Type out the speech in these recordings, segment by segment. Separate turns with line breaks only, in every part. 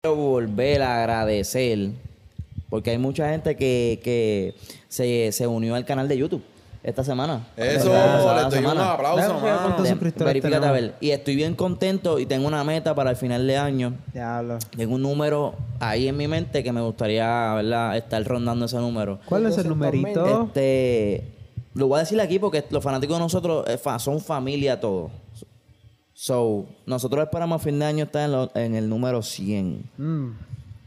quiero volver a agradecer, porque hay mucha gente que, que se, se unió al canal de YouTube esta semana.
Eso,
Esta
le doy un
semana.
aplauso,
Dale, pues,
mano.
¿Cuántos
De-
suscriptores
verifícate,
tenemos?
a ver. Y estoy bien contento y tengo una meta para el final de año.
Diablo.
Tengo un número ahí en mi mente que me gustaría ¿verdad? estar rondando ese número.
¿Cuál es el numerito?
Este, lo voy a decir aquí porque los fanáticos de nosotros eh, fa- son familia todos. So, nosotros esperamos a fin de año estar en, lo- en el número 100.
Mm,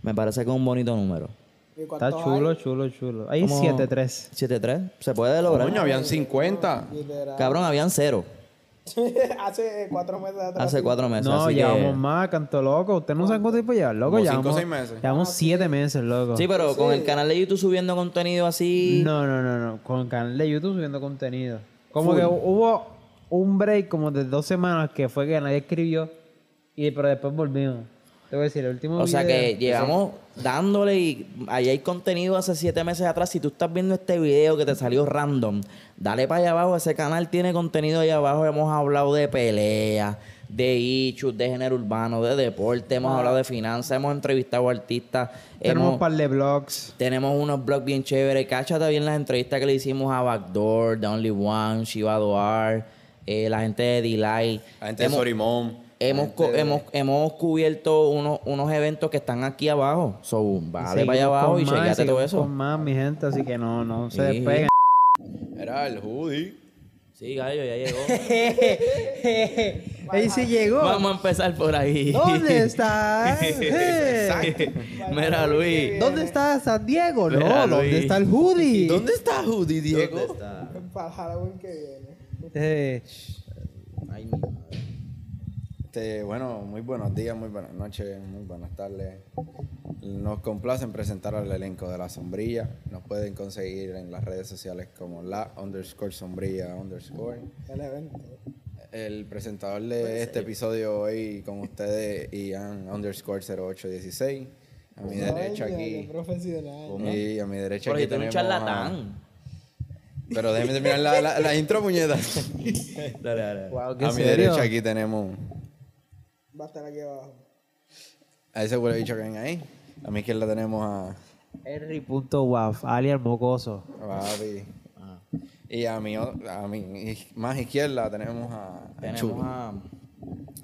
Me parece que es un bonito número.
¿Y cuántos
está chulo,
hay?
chulo, chulo. Hay
Como-
7-3.
7-3. Se puede lograr.
Coño, habían 50.
Literal.
Cabrón, habían cero
Hace cuatro meses atrás.
hace cuatro meses.
No,
así que-
llevamos más, canto loco. Usted no sabe cuánto tiempo lleva, loco.
Como cinco
llevamos,
o seis meses.
Llevamos 7 meses, loco.
Sí, pues, pero con el canal de YouTube subiendo contenido así.
No, no, no, no. Con el canal de YouTube subiendo contenido. Como que hubo un break como de dos semanas que fue que nadie escribió. Y pero después volvimos. Te voy a decir, el último
O sea
video-
que llegamos dándole y ahí hay contenido hace siete meses atrás. Si tú estás viendo este video que te salió random, dale para allá abajo. Ese canal tiene contenido allá abajo. Hemos hablado de peleas, de issues, de género urbano, de deporte. Hemos hablado de finanzas, hemos entrevistado artistas.
Tenemos
hemos-
un par de blogs.
tenemos unos blogs bien chéveres. Cáchate bien las entrevistas que le hicimos a Backdoor, The Only One, Shiva Doar, eh, la gente de Delight.
La gente de
Hemos-
Sorimón.
Hemos, co- hemos, hemos cubierto unos, unos eventos que están aquí abajo. So, vale para allá
Seguimos
abajo
con
y
más,
chequeate todo
seguimos
eso.
Con más, mi gente, así que no, no se
Sí.
despeguen.
Era el hoodie.
Sí, gallo, ya llegó.
Ahí sí llegó.
Vamos a empezar por ahí.
¿Dónde está? Eh,
Mira, Luis.
¿Dónde está San Diego? No,
Mira,
¿dónde
Luis.
está el hoodie?
¿Dónde está hoodie, Diego?
Para el Halloween que viene.
Eh,
Ay, mi madre.
Este, bueno, muy buenos días, muy buenas noches, muy buenas tardes. Nos complace en presentar al elenco de La Sombrilla. Nos pueden conseguir en las redes sociales como la underscore sombrilla underscore.
El evento.
El presentador de este episodio hoy con ustedes, Ian underscore 0816. A mi derecha
Oye,
aquí.
qué Profesional.
Y a mi derecha
Pero
aquí
si tú eres un
tenemos a-
charlatán.
Pero déjeme terminar la, la, la intro, puñeta.
Dale, dale.
wow, ¿qué
A mi
serio?
derecha aquí tenemos
Va a estar aquí abajo.
a ese huele bicho que ven ahí. A mi izquierda tenemos a
Henry.waf, alias Mocoso.
a Babi. Y a mi, o- a mi iz- más izquierda tenemos a, a
Tenemos
Chulo.
a,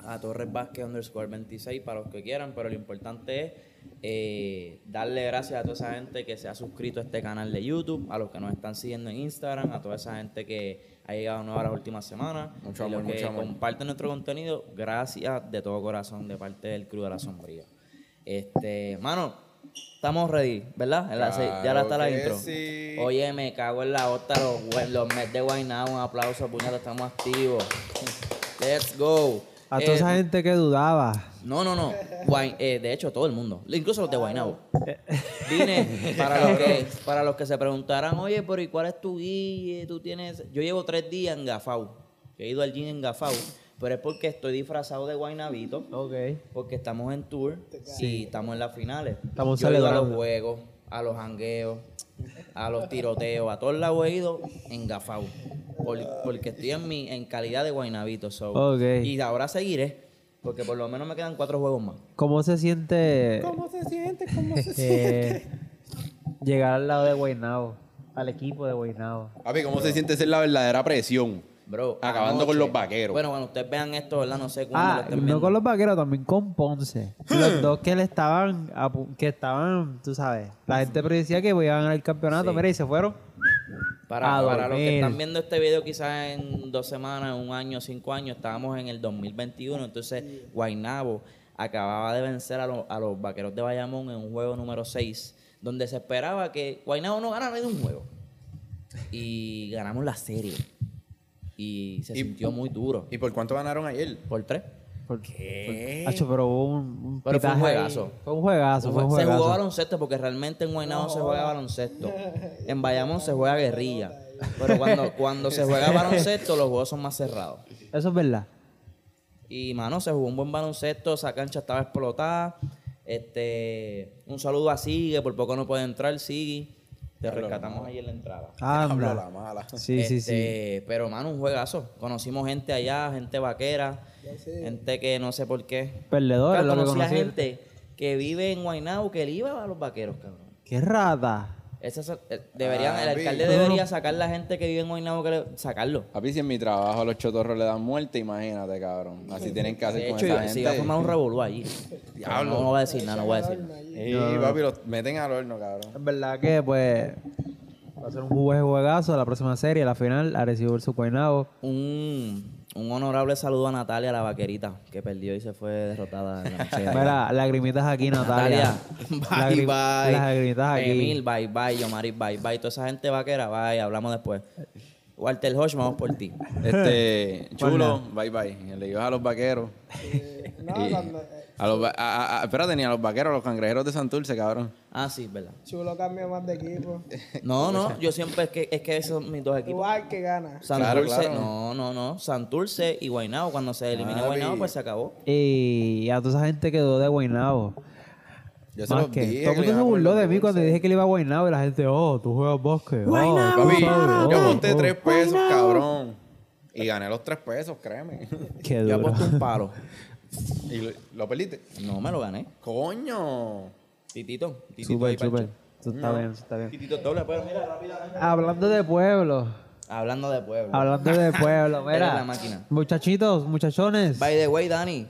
a Torres Vázquez underscore 26 para los que quieran, pero lo importante es eh, darle gracias a toda esa gente que se ha suscrito a este canal de YouTube, a los que nos están siguiendo en Instagram, a toda esa gente que ha llegado nueva las últimas semanas.
Mucho
y
amor,
los que
mucho amor.
comparten nuestro contenido, gracias de todo corazón de parte del Club de la Sombría. Este, mano, estamos ready, ¿verdad? En la- se- ya la está la
Claro que
intro.
sí.
Oye, me cago en la otra, los, hue- los Mets de Guaynabo, un aplauso, puñado, estamos activos. Let's go.
A toda
Eh,
esa gente que dudaba.
No, no, no. Guay- eh, de hecho, todo el mundo. Incluso los de Guaynabo.
Eh.
Vine para los, que, para los que se preguntaran, oye, pero ¿y cuál es tu guille? Tú tienes... Yo llevo tres días en Gafau. Yo he ido al gym en Gafau, pero es porque estoy disfrazado de Guaynabito.
Ok.
Porque estamos en tour y estamos en las finales.
Estamos
Yo he ido a
celebrando.
los juegos, a los jangueos, a los tiroteos, a todos lados he ido engafado. Por- porque estoy en mi en calidad de guainabito. so.
Ok.
Y ahora seguiré, porque por lo menos me quedan cuatro juegos más.
¿Cómo se siente
¿Cómo se siente? ¿Cómo se
eh, llegar al lado de Guaynabo? Al equipo de Guaynabo.
Papi, ¿cómo se siente ser la verdadera presión?
Bro,
Acabando con los vaqueros.
Bueno, cuando ustedes vean esto, ¿verdad? No sé cuándo lo
Ah,
estén
no
viendo.
con los vaqueros, también con Ponce. Los dos que le estaban, a pu- que estaban, tú sabes, la gente predecía que iban a ganar el campeonato,
Sí.
mira, y se fueron.
Para,
A
para los que
dormir.
están viendo este video quizás en dos semanas, un año, cinco años, estábamos en el 2021, entonces Guainabo acababa de vencer a, los- a los Vaqueros de Bayamón en un juego número 6, donde se esperaba que Guainabo no ganara ni un juego. Y ganamos la serie. Y se
Y-
sintió muy duro.
¿Y por cuánto ganaron ayer?
Por tres.
¿Por Hacho, pero hubo un, un
Pero fue un
pitaje ahí.
juegazo.
Fue un juegazo, fue un
se
juegazo.
jugó baloncesto porque realmente en Guaynabo se juega baloncesto. En Bayamón se juega guerrilla. Pero cuando, cuando se juega baloncesto, los juegos son más cerrados.
Eso es verdad.
Y mano, se jugó un buen baloncesto, esa cancha estaba explotada. Este, un saludo a Sigue, por poco no puede entrar, Sigue. Te rescatamos ahí en la entrada.
Hablo
Anda.
la mala.
Sí, sí, sí.
Este, Pero mano, un juegazo. Conocimos gente allá, gente vaquera, gente que no sé por qué.
Perdedores,
Claro,
lo que
conocí a
conocí.
gente que vive en Guaynabo que le iba a los vaqueros, cabrón.
¡Qué rata!
Esas son- eh, deberían, el
Papi.
alcalde debería sacar la gente que vive en Guaynabo que le- sacarlo.
A mí si en mi trabajo a los chotorros le dan muerte, imagínate, cabrón. Así tienen que hacer
De
con
hecho,
esa
yo- se iba a
gente.
formar un revolú allí. Diablo. No, no voy a decir nada, no voy a decir nada.
Y papi, los meten al horno, cabrón.
Es verdad que, pues, va a ser un buen juegazo la próxima serie, la final, Arecibo versus Guaynabo.
Un, un honorable saludo a Natalia, la vaquerita, que perdió y se fue derrotada en la noche de ayer.
Mira, lagrimitas aquí, Natalia.
Natalia, bye
Lagri-
bye.
Las lagrimitas aquí.
Emil, bye bye. Yomari, bye bye. Toda esa gente vaquera, bye. Hablamos después. Walter Hodge, vamos por ti.
Este,
Pues
chulo, bye bye. Le ibas a los vaqueros.
Eh, no,
Y-
cuando, eh,
a los, va- a- a- a- espérate, ni a los vaqueros, a los cangrejeros de Santurce, cabrón.
Ah, sí, es verdad.
Chulo cambia más de equipo.
No, no, yo siempre es que, es que esos son mis dos equipos.
Igual que gana.
Santurce,
Claro, claro.
no, no, no. Santurce y Guaynabo. Cuando se elimine
Papi.
Guaynabo, pues se acabó.
Y a toda esa gente que dudó de Guaynabo.
Yo se
Más
los
que,
dije.
todo
que
el
le iba
mundo se
a poner
burló
los
de mí cuando
dulces.
dije que le iba a Guaynabo y la gente, oh, tú juegas bosque. oh, tú
Papi,
sabes,
yo
oh,
monté
oh".
tres pesos, cabrón. Y gané los tres pesos, créeme.
Qué
Yo
duro.
apuesto un palo.
y lo, lo perdiste.
No me lo gané.
Coño.
Titito. Titito
Súper,
y Pancho.
súper. Eso está bien, eso está bien.
Titito doble, pero mira, rápidamente.
Hablando de pueblo,
Hablando de pueblo.
hablando de pueblo,
Eres la
mira.
máquina.
Muchachitos, muchachones.
By the way, Dani,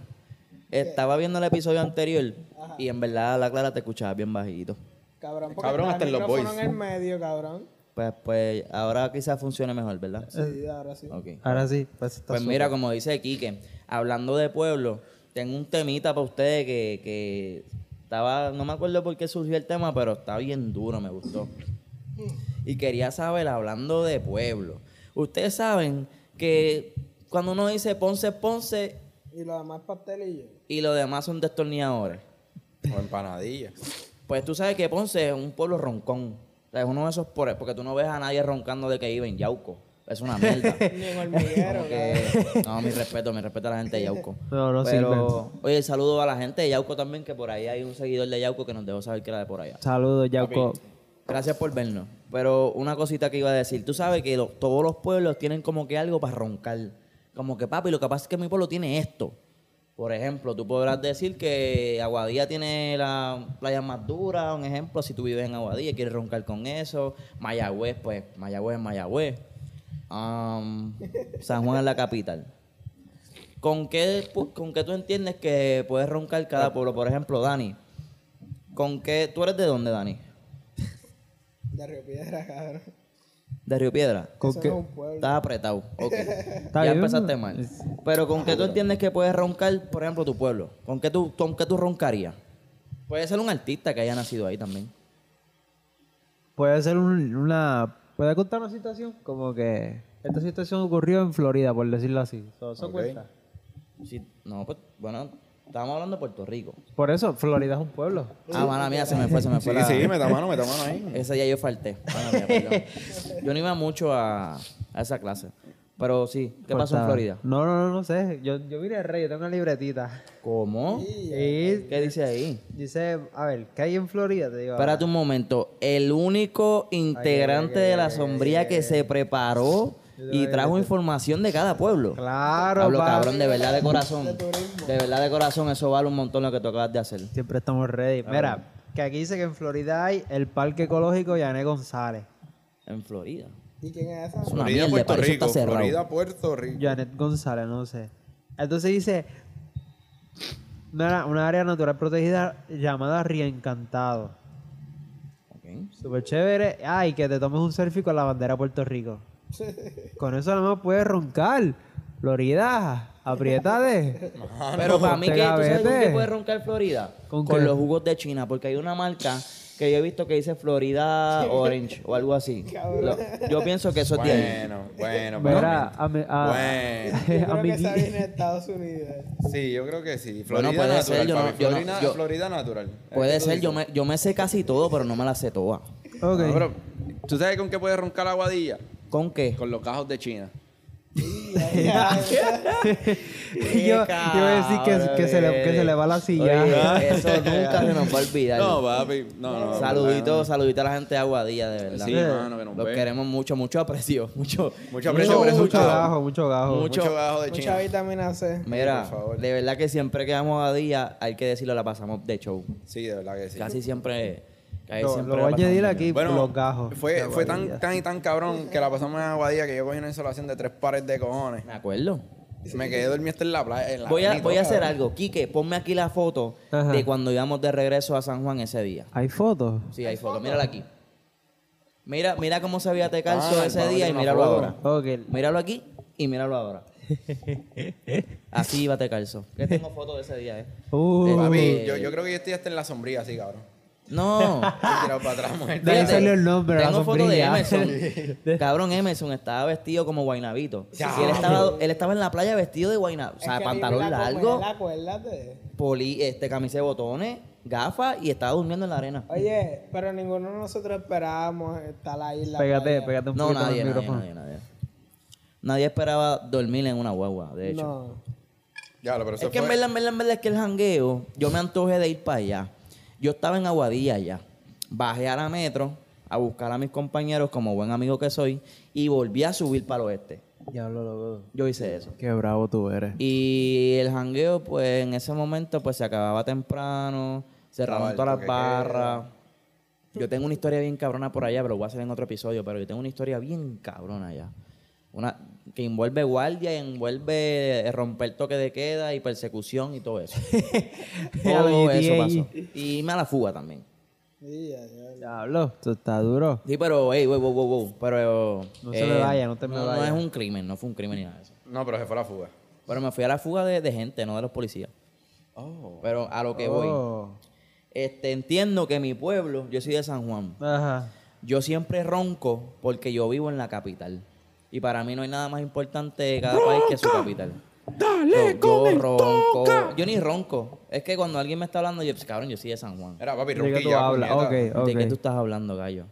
estaba viendo el episodio anterior y en verdad la Clara te escuchaba bien bajito.
Cabrón, porque
Cabrón,
está
hasta en
el
los
micrófono
boys.
en el medio, cabrón.
Pues, pues ahora quizás funcione mejor, ¿verdad?
Sí, ahora sí.
Ok.
Ahora sí, pues está
Pues mira, como dice Quique, hablando de pueblo, tengo un temita para ustedes que, que estaba, no me acuerdo por qué surgió el tema, pero está bien duro, me gustó. Y quería saber, hablando de pueblo, ustedes saben que cuando uno dice Ponce es Ponce
Y los demás pastelillos.
y lo demás son destornilladores.
O empanadilla.
Pues tú sabes que Ponce es un pueblo roncón. O sea, es uno de esos por- porque tú no ves a nadie roncando de que vive en Yauco. Es una mierda.
Ni en hormiguero,
Como que- no, mi respeto, mi respeto a la gente de Yauco.
No, no
Pero, oye, saludo a la gente de Yauco también, que por ahí hay un seguidor de Yauco que nos dejó saber que era de por allá.
Saludos, Yauco.
Gracias por vernos. Pero una cosita que iba a decir. Tú sabes que lo- todos los pueblos tienen como que algo para roncar. Como que, papi, lo que pasa es que mi pueblo tiene esto. Por ejemplo, tú podrás decir que Aguadilla tiene la playa más dura. Un ejemplo, si tú vives en Aguadilla y quieres roncar con eso. Mayagüez, pues, Mayagüez es Mayagüez. Am, San Juan es la capital. ¿Con qué, pu- ¿Con qué tú entiendes que puedes roncar cada pueblo? Por ejemplo, Dani. ¿Con qué? ¿Tú eres de dónde, Dani?
De Río Piedra, cabrón.
De Río Piedra.
¿Con
Eso
qué?
no es un pueblo.
Estás apretado. Ok. ya
bien.
empezaste mal. Pero ¿con qué tú entiendes que puedes roncar, por ejemplo, tu pueblo? ¿Con qué tú, con qué tú roncarías? Puede ser un artista que haya nacido ahí también.
Puede ser un- una. ¿Puede contar una situación? Como que. Esta situación ocurrió en Florida, por decirlo así. So, eso
Ok.
cuenta.
Sí, no, pues, bueno, estábamos hablando de Puerto Rico.
Por eso, Florida es un pueblo.
Ah, mala mía, se me fue, se me
Sí,
fue la...
sí, meta mano, meta mano ahí.
Ese día yo falté. Mala mía, perdón. Yo no iba mucho a, a esa clase. Pero sí, ¿qué pasó en
Faltaba.
Florida?
No, no, no, no sé. Yo, yo vine rey, yo tengo una libretita.
¿Cómo?
Y
¿Qué dice ahí?
dice, a ver, ¿qué hay en Florida? Te digo. ahora.
Espérate un momento. El único integrante de la sombría que se preparó y trajo información de cada pueblo.
Claro,
Hablo
papi.
cabrón, de verdad de corazón. De verdad de corazón, eso vale un montón lo que tú acabas de hacer.
Siempre estamos ready. Mira, que aquí dice que en Florida hay el Parque Ecológico Yané González.
En Florida.
¿Y quién es esa?
Es una
Florida,
mierda,
Puerto
para eso está
Rico.
cerrado.
Florida, Puerto Rico.
Janet González, no sé. Entonces dice, una, una área natural protegida llamada Reencantado.
Ok.
Súper chévere. Ay, que te tomes un selfie con la bandera de Puerto Rico. Con eso nada más puedes roncar. Florida, apriétate.
Pero para mí, que, ¿tú sabes con qué
Pegavete.
puede roncar Florida?
¿Con
¿Con,
qué?
los jugos de China, porque hay una marca que yo he visto que dice Florida Orange o algo así. Lo- yo pienso que eso es de ahí.
Bueno, bueno,
Verá,
pero-
a, mi- a,
Bueno.
Yo creo que
amigui-
esa viene de Estados Unidos.
Sí, yo creo que sí.
Bueno,
Florida
puede ser,
natural,
yo no-
papi.
yo no-
Florida,
yo-
Florida natural.
Puede
Es que tú
ser, yo
dices.
me, yo me sé casi todo, pero no me la sé toda.
Ok.
No, pero, ¿Tú sabes con qué puede roncar la aguadilla?
¿Con qué?
Con los cajos de China.
Y yo, yo voy a decir que, que se le, que se le va la silla.
Oye, eso nunca se nos va a olvidar.
No, papi. No, no.
saludito, saludito a la gente de Aguadilla, de verdad.
Sí, mano, que nos
Los
ve.
queremos mucho, mucho aprecio. Mucho,
Mucho
mucho,
aprecio por eso.
mucho
chavo.
gajo, mucho gajo.
Mucho gajo de
Mucha
China.
vitamina C.
Mira,
Por favor.
de verdad que siempre que vamos a día, hay que decirlo, la pasamos de show.
Sí, de verdad que sí.
Casi siempre. casi
Lo,
siempre la
lo voy a
pasamos
añadir
bien.
aquí,
Bueno,
los gajos.
Fue,
La
fue
guarida.
tan, tan y tan cabrón que la pasamos en Aguadilla que yo cogí una insolación de tres pares de cojones.
Me acuerdo.
Me quedé dormido hasta en la playa. en la
Voy a,
avenida.
voy a hacer algo. Quique, ponme aquí la foto
Ajá.
de cuando íbamos de regreso a San Juan ese día.
Hay fotos.
Sí, hay foto. Mírala aquí. Mira, mira cómo se veía Tecalzo
Ah,
ese
vamos a
día y
hacer una
míralo
foto.
ahora.
Ok.
Míralo aquí y míralo ahora. Así iba Tecalzo. Que tengo fotos de ese día, eh.
Uh,
Papi,
Este-
yo, yo creo que yo estoy hasta en la sombría así, cabrón.
No.
Estoy tirado para atrás, muerto.
de ahí
Fíjate,
salió el nombre, la
Tengo foto de
sombrilla.
Emerson. Cabrón, Emerson estaba vestido como guainabito.
Ya,
Sí, él, estaba, él estaba en la playa vestido de guainabito. O sea,
Es que
pantalón
Rivera
largo,
Comer, Acuérdate.
poli, este, camisa de botones, gafas y estaba durmiendo en la arena.
Oye, pero ninguno de nosotros esperábamos estar ahí en la
Pégate,
playa.
pégate un
No,
poquito
nadie,
el
nadie,
micrófono.
nadie, nadie. Nadie esperaba dormir en una guagua, de hecho.
No.
Ya, pero eso
es que en
fue-
verdad, en verdad, en verdad es que el jangueo, yo me antojé de ir para allá. Yo estaba en Aguadilla ya. Bajé a la metro a buscar a mis compañeros como buen amigo que soy y volví a subir para el oeste.
Diablo, loco.
Yo hice eso.
Qué bravo tú eres.
Y el jangueo, pues en ese momento, pues se acababa temprano, cerraban
Estaba el
todas las
toque de
barras. Yo tengo una historia bien cabrona por allá, pero lo voy a hacer en otro episodio, pero yo tengo una historia bien cabrona allá. Una que envuelve guardia y envuelve romper toque de queda y persecución y todo eso. todo
Algo
eso
GTA.
pasó. Y me a la fuga también.
Sí, ya, ya.
Diablo, esto está duro.
Sí, pero, ey, wow, wow, wow, wow, pero... eh,
No se me vaya, no te me
No
vaya.
es un crimen, no fue un crimen ni nada de eso.
No, pero se fue la fuga.
Pero me fui a la fuga de, de gente, no de los policías. Pero a lo que voy.
Oh.
Este, entiendo que mi pueblo, yo soy de San Juan,
Ajá.
yo siempre ronco porque yo vivo en la capital. Y para mí no hay nada más importante de cada país que su capital. Dale, yo ronco. Yo ni ronco. Es que cuando alguien me está hablando, yo, pues, cabrón, yo soy de San Juan.
Era papi,
De que tú
ronquilla,
hablas.
puñeta.
Ok,
¿De qué tú
ok.
estás hablando, gallo?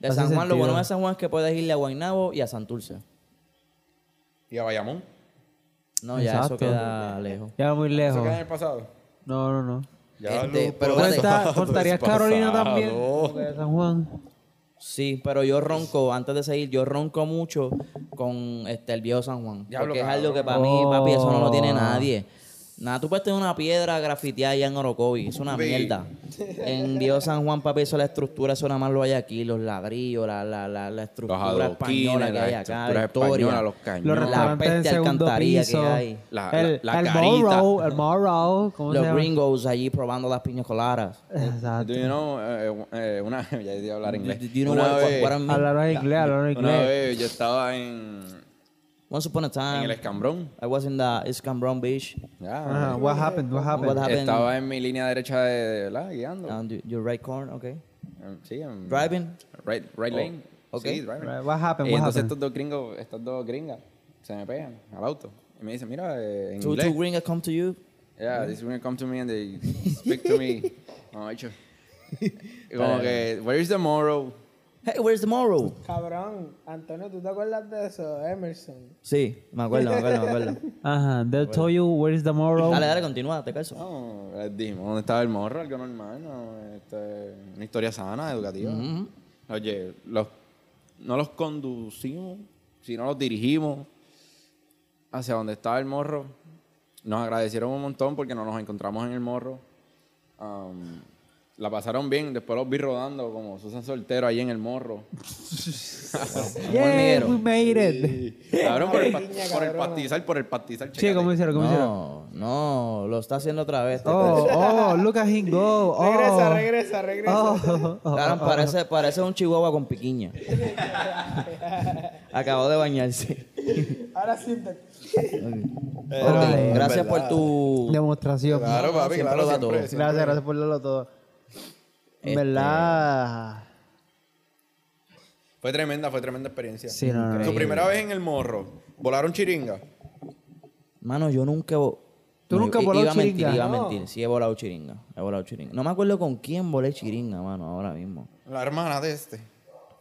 De
Hace
San Juan, lo
sentido.
bueno de San Juan es que puedes irle a Guaynabo y a Santurce.
¿Y a Bayamón?
No, ya eso
Exacto.
queda lejos.
Ya muy
¿Eso
lejos.
queda en el pasado?
No, no, no.
Este,
lo
pero
pasado
espérate.
Cuenta- ¿Contarías
es pasado.
Carolina también? Porque de San Juan.
Sí, pero yo ronco, antes de seguir, yo ronco mucho con este el viejo San Juan.
Diablo,
porque es
cabrón.
algo que para mí,
Oh.
papi, eso no lo tiene nadie. Nada, tú puedes tener una piedra grafiteada allá en Orocovi, es una
Sí.
mierda. En Viejo San Juan, papi, eso la estructura, eso nada más lo hay aquí, los ladrillos, la, la, la, la
Los
estructura
adoquines,
española que hay
las
acá,
estructuras
la historia.
españolas, los
Los
cañones.
restaurantes
restaurantes del
de
segundo
alcantarilla que
piso.
hay.
La-
el,
la- la
el
carita.
Morrow, el Morrow. ¿Cómo
Los
se llama?
gringos allí probando las piñas coladas.
Exacto.
Do you know, eh, eh, una... Ya decidí hablar inglés.
Do- do you know
Una
what- what-
vez-
what I mean?
Hablaron inglés, hablaron
Una
inglés.
vez yo estaba en...
Once upon a
En el
time,
escambrón.
I was in the Iscambron Beach.
Ya,
Ajá, Ah, what happened, what
What
happened.
happened? Ah.
Estaba en mi línea derecha de, de- ¿verdad? guiando.
Oh.
down the- your right corner, okay.
Em, Sí,
Mm.
en
Driving.
right, right lane.
ok.
Sí, driving.
Right, what happened,
Y
what
entonces
happened?
estos dos gringos, estas dos gringas, se me pegan al auto. Y me dicen, mira, eh, en
Two,
inglés.
two gringos come to you.
Yeah, these women come to me and they speak to me. Mamacho. Como que, where is the moral?
Hey, where's the morrow?
Cabrón, Antonio, ¿tú te acuerdas de eso, Emerson?
Sí, me acuerdo, me acuerdo, me acuerdo.
Ajá, they told you where is the Morrow.
Dale, dale, continúa, te calzo.
No, les dijimos, ¿dónde estaba el morro? Algo normal, no, este, una historia sana, educativa. Oye, los, no los conducimos, sino los dirigimos hacia donde estaba el morro. Nos agradecieron un montón porque no nos encontramos en el morro. Am, la pasaron bien, después los vi rodando como Susan Soltero ahí en el morro.
Yeah, we made it.
Cabrón, por el, pa-
Piña,
por el
cabrona.
pastizal, por el pastizal.
Che, ¿cómo
chécate.
hicieron? ¿Cómo hicieron?
No, no, lo está haciendo otra vez. te calzo.
Oh, oh, look at him go. Oh.
Regresa, regresa, regresa.
Oh, oh,
Cabrón, parece, parece un chihuahua con piquiña. Acabó de bañarse.
Ahora siéntate.
Ok,
es
gracias por tu...
Demostración.
Claro, papi,
Siempre
claro,
lo da todo.
siempre.
Gracias, gracias por darlo todo. En
Este-
verdad.
Fue tremenda, fue tremenda experiencia.
Sí, no, no, no.
Su primera vez en el morro. Volaron chiringa.
Mano, yo nunca... vo-
¿Tú
me-
nunca has
i-
volado
iba a mentir,
chiringa?
Iba a
No.
mentir, sí he volado chiringa. He volado chiringa. No me acuerdo con quién volé chiringa, mano, ahora mismo.
La hermana de este.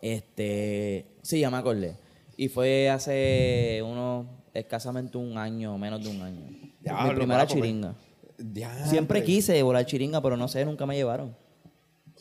Este, sí, ya me acordé. Y fue hace unos escasamente un año o menos de un año.
Diablo,
Mi primera
papo, me-
chiringa.
Diantre.
Siempre quise volar chiringa, pero no sé, nunca me llevaron.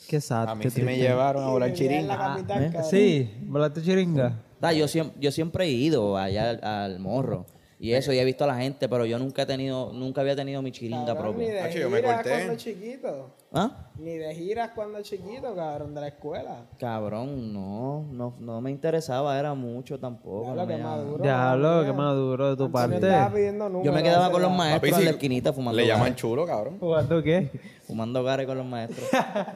Qué sad.
A mí
Ah, qué
sí me
triste.
llevaron a volar
Vivía en la
chiringa.
capital,
¿eh?
cabrón.
Sí, volaste chiringa.
O sea, yo, siem- yo siempre he ido allá al, al morro y eso, y he visto a la gente, pero yo nunca he tenido, nunca había tenido mi chiringa
Cabrón, ni
propia.
de
Hacho, yo me
giras
corté.
cuando chiquito.
¿Ah?
Ni de giras cuando chiquito, cabrón, de la escuela.
Cabrón, no, no, no me interesaba, era mucho tampoco.
Diablo,
no me
qué
llamaba.
maduro,
Ya
cabrón,
hablo, qué
ya.
maduro de tu
Antonio
parte.
estaba pidiendo
yo me
números
quedaba
hace
con los
rato.
maestros
sí,
en la esquinita fumando
Le
gare,
llaman chulo, cabrón.
¿Jugando qué?
fumando gare con los maestros,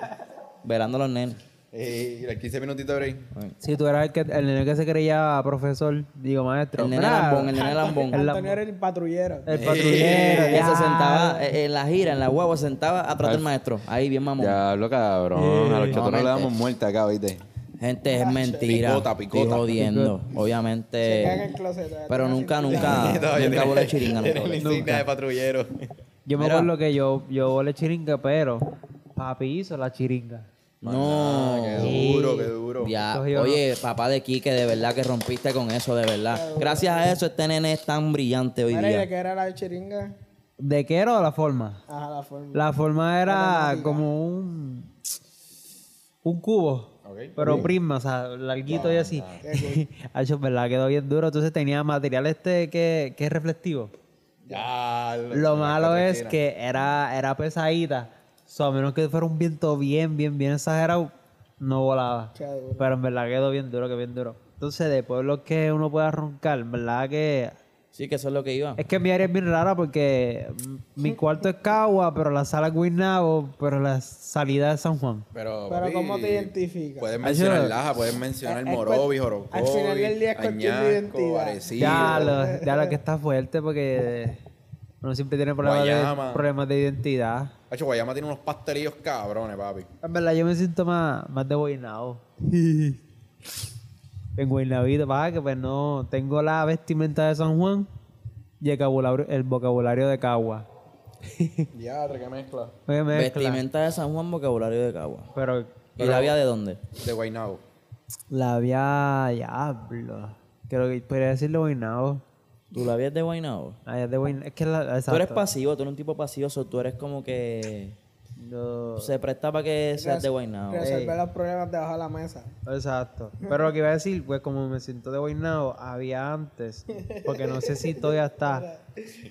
velando a los nenes.
Eh, Y el 15 minutitos de break.
Si tú eras el, que, el nene que se creía profesor, digo maestro.
El nene
Mira,
lambón, el nene lambón.
Antonio era el patrullero.
Eh,
el
Eh,
patrullero.
Que se
ya.
sentaba eh, en la gira, en la guagua, sentaba atrás del maestro. Ahí, bien mamón.
Diablo, cabrón. A los chotos no le damos muerte acá, ¿viste?
Gente, es mentira.
Picota, picota.
Estoy jodiendo.
Se queda en el
Obviamente.
closet. todavía
Pero
tiene
nunca,
así-
nunca, nunca volé chiringa. nunca
Ah, Tiene la
volé.
insignia de patrullero.
Yo me
Mira.
acuerdo que yo, yo volé chiringa, pero papi hizo la chiringa.
No.
Qué duro, qué duro.
Ya,
Cogió,
oye, papá de Quique, de verdad que rompiste con eso, de verdad. Gracias a eso este nene es tan brillante hoy
Mira, ¿y de
día.
qué era la chiringa?
¿De qué era la forma?
Ajá, la forma.
La forma era como un, un cubo.
Ok.
Pero prisma, o sea, larguito y así. Hacho, verdad, quedó bien duro. Entonces tenía material este que, que es reflectivo.
Ya.
Lo malo es que era, era pesadita. So, a menos que fuera un viento bien, bien, bien exagerado, no volaba.
Qué duro.
Pero en verdad quedó bien duro, que bien duro. Entonces, de pueblos que uno pueda roncar, en verdad que...
Sí, que eso es lo que iba.
Es que mi área es bien rara porque mm, mi cuarto es Cagua, pero la sala es Guaynabo, pero la salida es San Juan.
Pero,
Pero
papi,
¿cómo te identificas?
Puedes mencionar
Ayuda.
Laja, puedes mencionar
Es- es
Morovis,
cuest-
Jorocoy,
al final del día es cuestión de
Añasco,
identidad.
Arecibo.
Ya, lo, ya lo que está fuerte porque uno siempre tiene problemas, de,
Guayama.
problemas de identidad.
Hacho, Guayama tiene unos pastelillos cabrones, papi.
En verdad, yo me siento más, más de Guaynabo. en Guaynabito, para que pues no tengo la vestimenta de San Juan y el vocabulario, el vocabulario de Cagua.
Diadre, qué mezcla.
Me mezcla,
Vestimenta de San Juan, vocabulario de Cagua.
Pero
¿Y la vía de dónde?
De Guaynabo.
la había diablo. Creo que podría decirle Guaynabo.
¿Tú la vías de Guaynabo?
Ah, ya es de Guaynabo. Es que la,
Tú eres
exacto.
pasivo, tú eres un tipo pasivo, so tú eres como que
Yo-
se presta para que seas de Guaynabo.
Resolver los problemas debajo de la mesa.
Exacto. Pero lo que iba a decir, pues como me siento de Guaynabo, había antes, porque no sé si todavía está,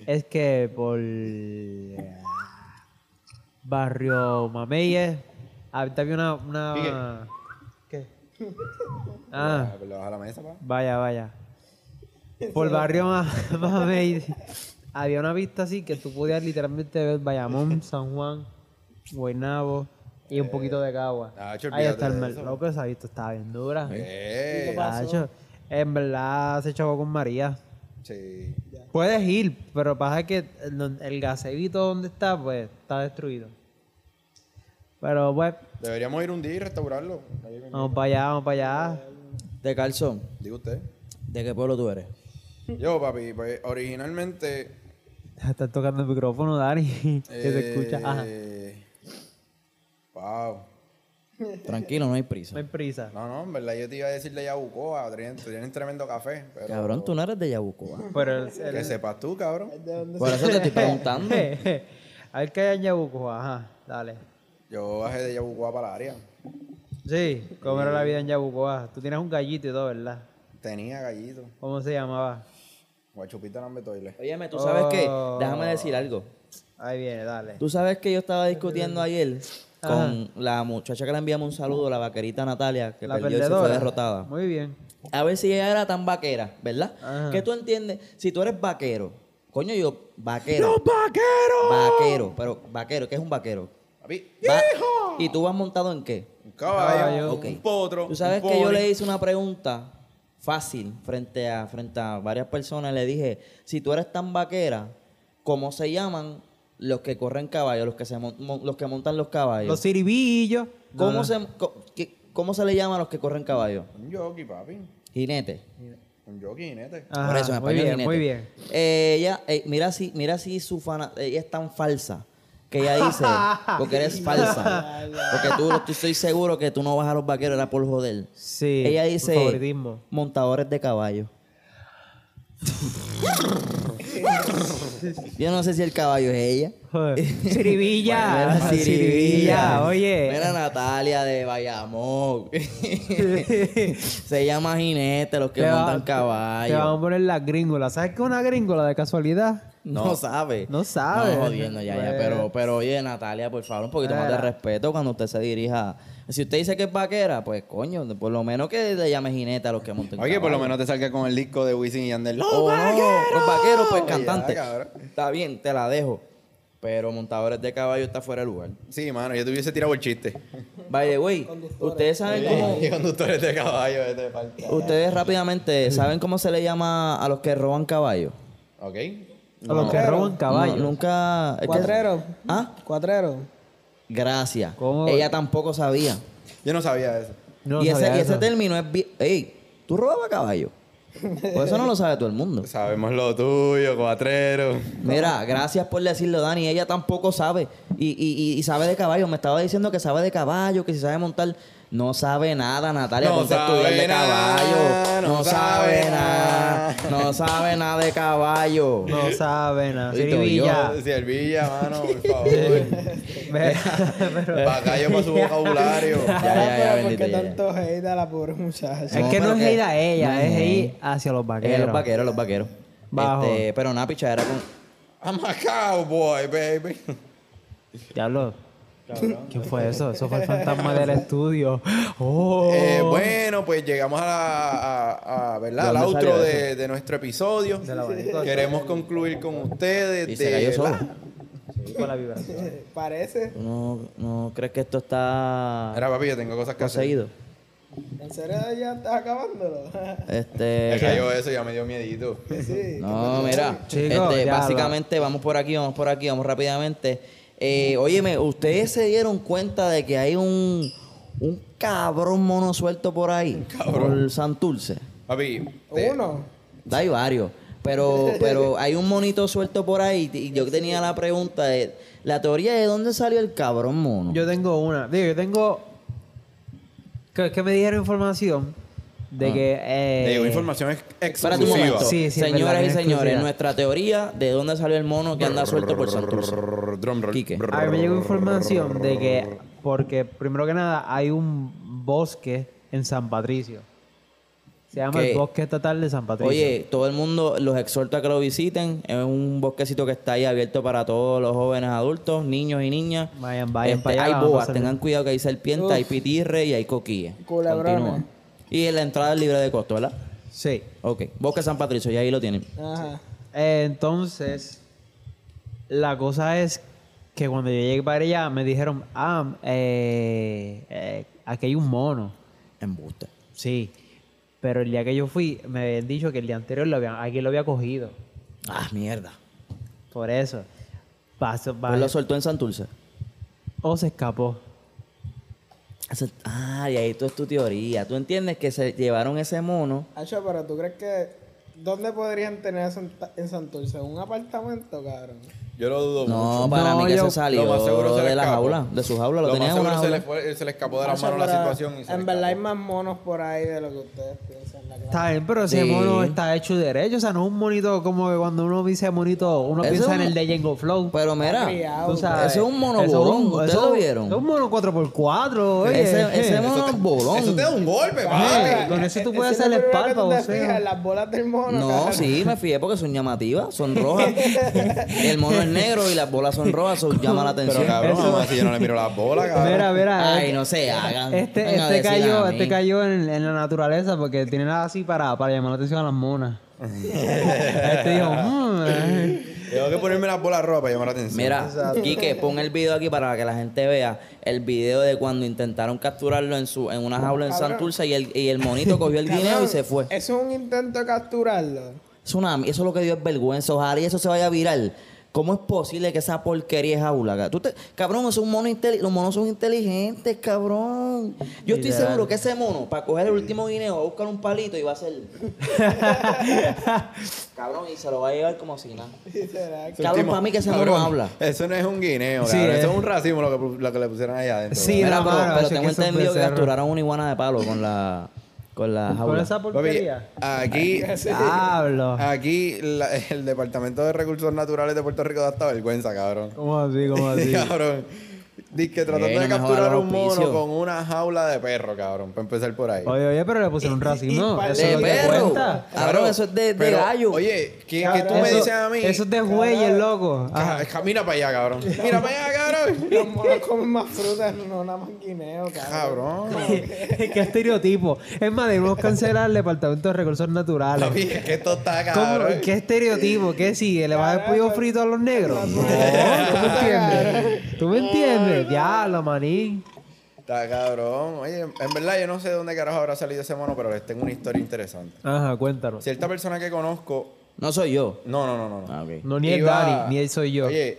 es que por eh, Barrio Mameyes, ahorita había una... una... ¿Qué? Ah,
Ah, pues Le baja la mesa, pa.
vaya, vaya. Por Barrio Ma- Mameyes había una vista así que tú podías literalmente ver Bayamón, San Juan, Guaynabo y un poquito de Cagua.
Nacho,
Ahí
Ah, olvídate
está el
de
mer-
eso.
loco, esa vista estaba bien dura.
Eh,
Tacho, en verdad se chocó con María.
Sí.
Puedes ir, pero pasa que el, don- el gasebito donde está, pues está destruido. Pero pues,
Deberíamos ir un día y restaurarlo. Ahí mismo.
vamos para allá, vamos para allá.
De Calzón,
Digo usted.
¿de qué pueblo tú eres?
Yo, papi, pues originalmente.
Estás tocando el micrófono, Dani, que se
eh,
escucha. Ajá.
Wow.
Tranquilo, no hay
No
prisa.
hay prisa.
No, no, en verdad yo te iba a decir de Yabucoa. Tienen, tienen tremendo café. Pero
Cabrón, tú no eres de Yabucoa.
Pero el, el-
Que sepas tú, cabrón.
Por eso te estoy preguntando.
A ver qué hay en Yabucoa, ajá, dale.
Yo bajé de Yabucoa para el área.
Sí, ¿cómo era la vida en Yabucoa? Tú tienes un gallito y todo, ¿verdad?
Tenía gallito.
¿Cómo se llamaba?
Guachupita no me toile.
Óyeme, tú sabes que,
Oh.
déjame decir algo.
Ahí viene, dale.
Tú sabes que yo estaba discutiendo ayer con la muchacha que le enviamos un saludo, la vaquerita Natalia, que
la
perdió y se fue
perdedora.
derrotada.
Muy bien.
A ver si ella era tan vaquera, ¿verdad?
Ajá.
Que tú entiendes, si tú eres vaquero, coño, yo, vaquero. ¡Los vaqueros! Vaquero, pero vaquero, ¿qué es un vaquero?
Papi,
Va- ¿Y tú vas montado en qué?
un caballo,
Caballo.
Ok.
Ah, un potro.
Tú sabes
un
que yo
pony.
le hice una pregunta fácil frente a, frente a varias personas. Le dije, si tú eres tan vaquera, ¿cómo se llaman los que corren caballos, los que, se mon- mon- los que montan los caballos?
Los ciribillos.
¿Cómo,
No, no.
Se, co- qué- ¿Cómo se le llama a los que corren caballos?
Un jockey, papi.
Jinete.
Un jockey, jinete.
Ajá,
Por eso, en
muy
español,
bien,
jinete.
muy bien.
Eh, ella, eh, mira si, mira si su fana, ella es tan falsa que ella dice, porque eres falsa. Porque tú, tú estoy seguro que tú no vas a los vaqueros, era por joder.
Sí.
Ella
tu
dice
Favoritismo.
montadores de caballo. Yo no sé si el caballo es ella.
Joder. Siribilla.
Mira,
Siribilla, oye.
Mira Natalia de Bayamón. Se llama jinete, los que
Te va-
montan
Te vamos
caballo.
a poner la gringola. ¿Sabes qué es una gringola de casualidad?
No, sabe.
No sabe.
No, jodiendo, ya, ya.
Pues.
Pero, pero oye, Natalia, por favor, un poquito más de
Mira.
respeto cuando usted se dirija. Si usted dice que es vaquera, pues coño, por lo menos que le llame jinete a los que montan
Oye,
caballo.
por lo menos te salga con el disco de Wisin y Yandel. Oh,
O no, los vaqueros, pues cantante.
cabrón.
Está bien, te la dejo. Pero montadores de caballo está fuera de lugar.
Sí, mano, yo te hubiese tirado el chiste.
By the way, ustedes saben cómo.
Y conductores de caballo, este falta.
Ustedes rápidamente, ¿saben cómo se le llama a los que roban caballos?
Ok.
A los que roban caballos.
No, nunca. es que-
Cuatrero.
¿Ah?
Cuatrero.
Gracias.
¿Cómo?
Ella tampoco sabía.
Yo no sabía eso.
No
y, ese,
sabía
y ese
eso.
término es. bi- ¡Ey! ¿Tú robabas caballo? Pues eso no lo sabe todo el mundo.
Sabemos lo tuyo, cuatrero.
Mira, gracias por decirlo, Dani. Ella tampoco sabe. Y, y- y- y sabe de caballo. Me estaba diciendo que sabe de caballo, que si sabe montar. No sabe nada, Natalia.
No
ponte a estudiar
sabe
de
nada,
caballo.
no sabe
nada. No sabe nada de caballo. Eh,
No saben nada.
Oye, te
Siribilla.
Yo, Servilla, mano, por favor.
Ve-
Bacallo para su vocabulario.
Ya, ya, ya,
Pero ¿por
bendito,
qué
ya, ya.
tanto hate a la pobre muchacha?
es que
pero
no es
que-
ir a ella,
no,
es
no.
ir hacia los vaqueros.
Eh, los vaqueros, los vaqueros.
Bajo.
Este, pero nada, pichadera con.
I'm a cowboy, baby.
Diablo. ¿Quién fue eso? Eso fue el fantasma del estudio. Oh.
Eh, bueno, pues llegamos a, la- a- a- ¿verdad?
¿De
al
dónde
outro
salió
de, de nuestro episodio. Queremos concluir con ustedes.
Y se
de-
cayó solo.
¿verdad?
Con la vibración.
Parece.
¿Tú ¿No, no crees que esto está
Mira, papi, yo tengo cosas que hacer.
conseguido?
¿En serio ya estás acabándolo?
Este.
Me cayó eso, ya me dio miedito.
sí.
No, mira,
Chicos,
este,
ya va.
básicamente vamos por aquí, vamos por aquí, vamos rápidamente. Eh, óyeme, ¿ustedes se dieron cuenta de que hay un, un cabrón mono suelto por ahí? Por Santurce.
Papi, te-
Uno.
Hay varios. Pero, pero hay un monito suelto por ahí y yo tenía la pregunta de la teoría de dónde salió el cabrón mono.
Yo tengo una. Digo, yo tengo. Que, que me dijeron información de que. Eh,
te llegó información ex-
Espérate un
exclusiva.
momento.
Sí, sí, es verdad,
Señoras y
es
señores,
exclusiva.
nuestra teoría de dónde salió el mono que anda suelto por Santurce.
Drum roll.
Quique.
A mí me llegó información de que. Porque, primero que nada, hay un bosque en San Patricio. Se llama
¿Qué?
el Bosque Estatal de San Patricio.
Oye, todo el mundo los exhorta a que lo visiten. Es un bosquecito que está ahí abierto para todos los jóvenes adultos, niños y niñas.
Vayan, vayan
Este,
para allá,
hay
vamos a
boas,
hacer-
tengan cuidado que hay serpientes,
Uf.
hay pitirre y hay coquillas.
Culebrones.
Continúa. Y la entrada es libre de costo, ¿verdad?
Sí.
Ok, Bosque San Patricio, ya ahí lo tienen.
Ajá.
Eh, entonces, la cosa es que cuando yo llegué para allá me dijeron, ah, eh, eh, aquí hay un mono.
En busta.
Sí. Pero el día que yo fui, me habían dicho que el día anterior lo habían, aquí lo había cogido.
Ah, mierda.
Por eso. Paso,
Pues lo soltó en Santurce.
O se escapó.
Eso- Ah, y ahí tú es tu teoría. Tú entiendes que se llevaron ese mono.
Hacho, pero ¿tú crees que... ¿Dónde podrían tener eso en, Ta- en Santurce? ¿Un apartamento, cabrón?
Yo lo dudo
No,
mucho.
para
No,
mí que
yo-
se salió
lo más seguro se le
de la
escapó.
jaula, de su jaula. Lo,
Lo
tenía
más
en una
seguro se
jaula.
le, fue- se le escapó de las
Hacho,
manos la
pero
situación. Y se
en
le
verdad hay
escapó.
más monos por ahí de lo que ustedes piensan. La clase.
Está bien, pero ese
Sí.
mono está hecho derecho. O sea, no es un monito como que cuando uno dice monito, uno
Eso
piensa
es
en
un-
el de Django Flow.
Pero
Está
mira,
criado.
Tú sabes.
Eso es un mono
Eso es
bolón,
un-
¿ustedes
eso-
lo vieron?
Es un mono 4x4, oye.
ese, ese
Eh.
mono es bolón.
Eso te da un golpe,
Ey,
papi. e-,
con eso tú
Eh,
puedes
ese
hacer
es
el
primero que
espalda,
tú te
voceo.
fijas, Las bolas del mono.
No,
cabrón.
sí, me fijé porque son llamativas, son rojas. El mono es negro y las bolas son rojas, eso llama la atención.
Pero cabrón,
Eso-
mamá, si yo no le miro las bolas, cabrón.
Mira, mira.
Ay,
eh,
no se hagan.
Este,
Venga a
este
decir a
cayó,
mí.
este cayó en, en la naturaleza porque tiene nada así para, para llamar la atención a las monas. este dijo, "Mm, eh".
Tengo que ponerme las bolas rojas para llamar la atención.
Mira, Quique, pon el video aquí para que la gente vea el video de cuando intentaron capturarlo en su en una jaula en
Cabrón.
Santurce y el, y el monito cogió el guineo y se fue.
Eso es un intento de capturarlo.
Es una- eso es lo que dio es vergüenza. Ojalá y eso se vaya a viral. ¿Cómo es posible que esa porquería es jaula? ca- tú te- cabrón, eso es un mono inteli- los monos son inteligentes, cabrón. Yo estoy
Literal.
seguro que ese mono, para coger el último guineo, va a buscar un palito y va a hacer. cabrón, y se lo va a llevar como si nada.
Literal.
Cabrón,
Último-
para mí que ese
cabrón,
mono habla. eh.
Eso no es un guineo,
Sí,
cabrón. Eso
es-
es un racimo lo que, lo que le pusieron allá adentro.
Sí,
cabrón.
Mira,
no,
pero,
mano,
pero
eso es
tengo
que eso es
entendido que
becerro.
capturaron una iguana de palo con la. con la
Con
jaula.
esa porquería.
Papi, Ah. aquí,
Ah,
Diablo.
aquí la- el Departamento de Recursos Naturales de Puerto Rico da hasta vergüenza, cabrón.
¿Cómo así? ¿Cómo así?
cabrón. Dice que
Ey,
tratando
no me
de
jodas
capturar
los
un mono
auspicios.
con una jaula de perro, cabrón. Para empezar por ahí.
Oye, oye, pero le pusieron racimo.
y-
Eso
de
es lo que
perro.
cuenta.
Cabrón, eso es de- de
pero,
gallo.
Oye, ¿qué, qué
Cabrón,
tú me
Eso-
dices a mí?
Eso es de jueyes, loco. Ah, Ajá.
Ca- ca- Mira para allá, cabrón. Mira para allá, cabrón.
Los monos comen más frutas, no nada más guineo, cabrón.
Cabrón.
Qué estereotipo. Es más, debemos cancelar el Departamento de Recursos Naturales.
Papi, es que esto está,
¿Cómo?
cabrón.
¿Qué estereotipo? ¿Qué sigue? ¿Le vas a dar pollo frito a los negros? No, ¿tú me entiendes? ¿Tú me entiendes? Diablo, maní.
Está cabrón. Oye, en verdad yo no sé de dónde carajo habrá salido ese mono, pero les tengo una historia interesante.
Ajá, cuéntanos.
Cierta persona que conozco.
No soy yo.
No, no, no, no. no.
Ah, ok.
No, ni el
Iba-
Dani, ni él soy yo.
Oye,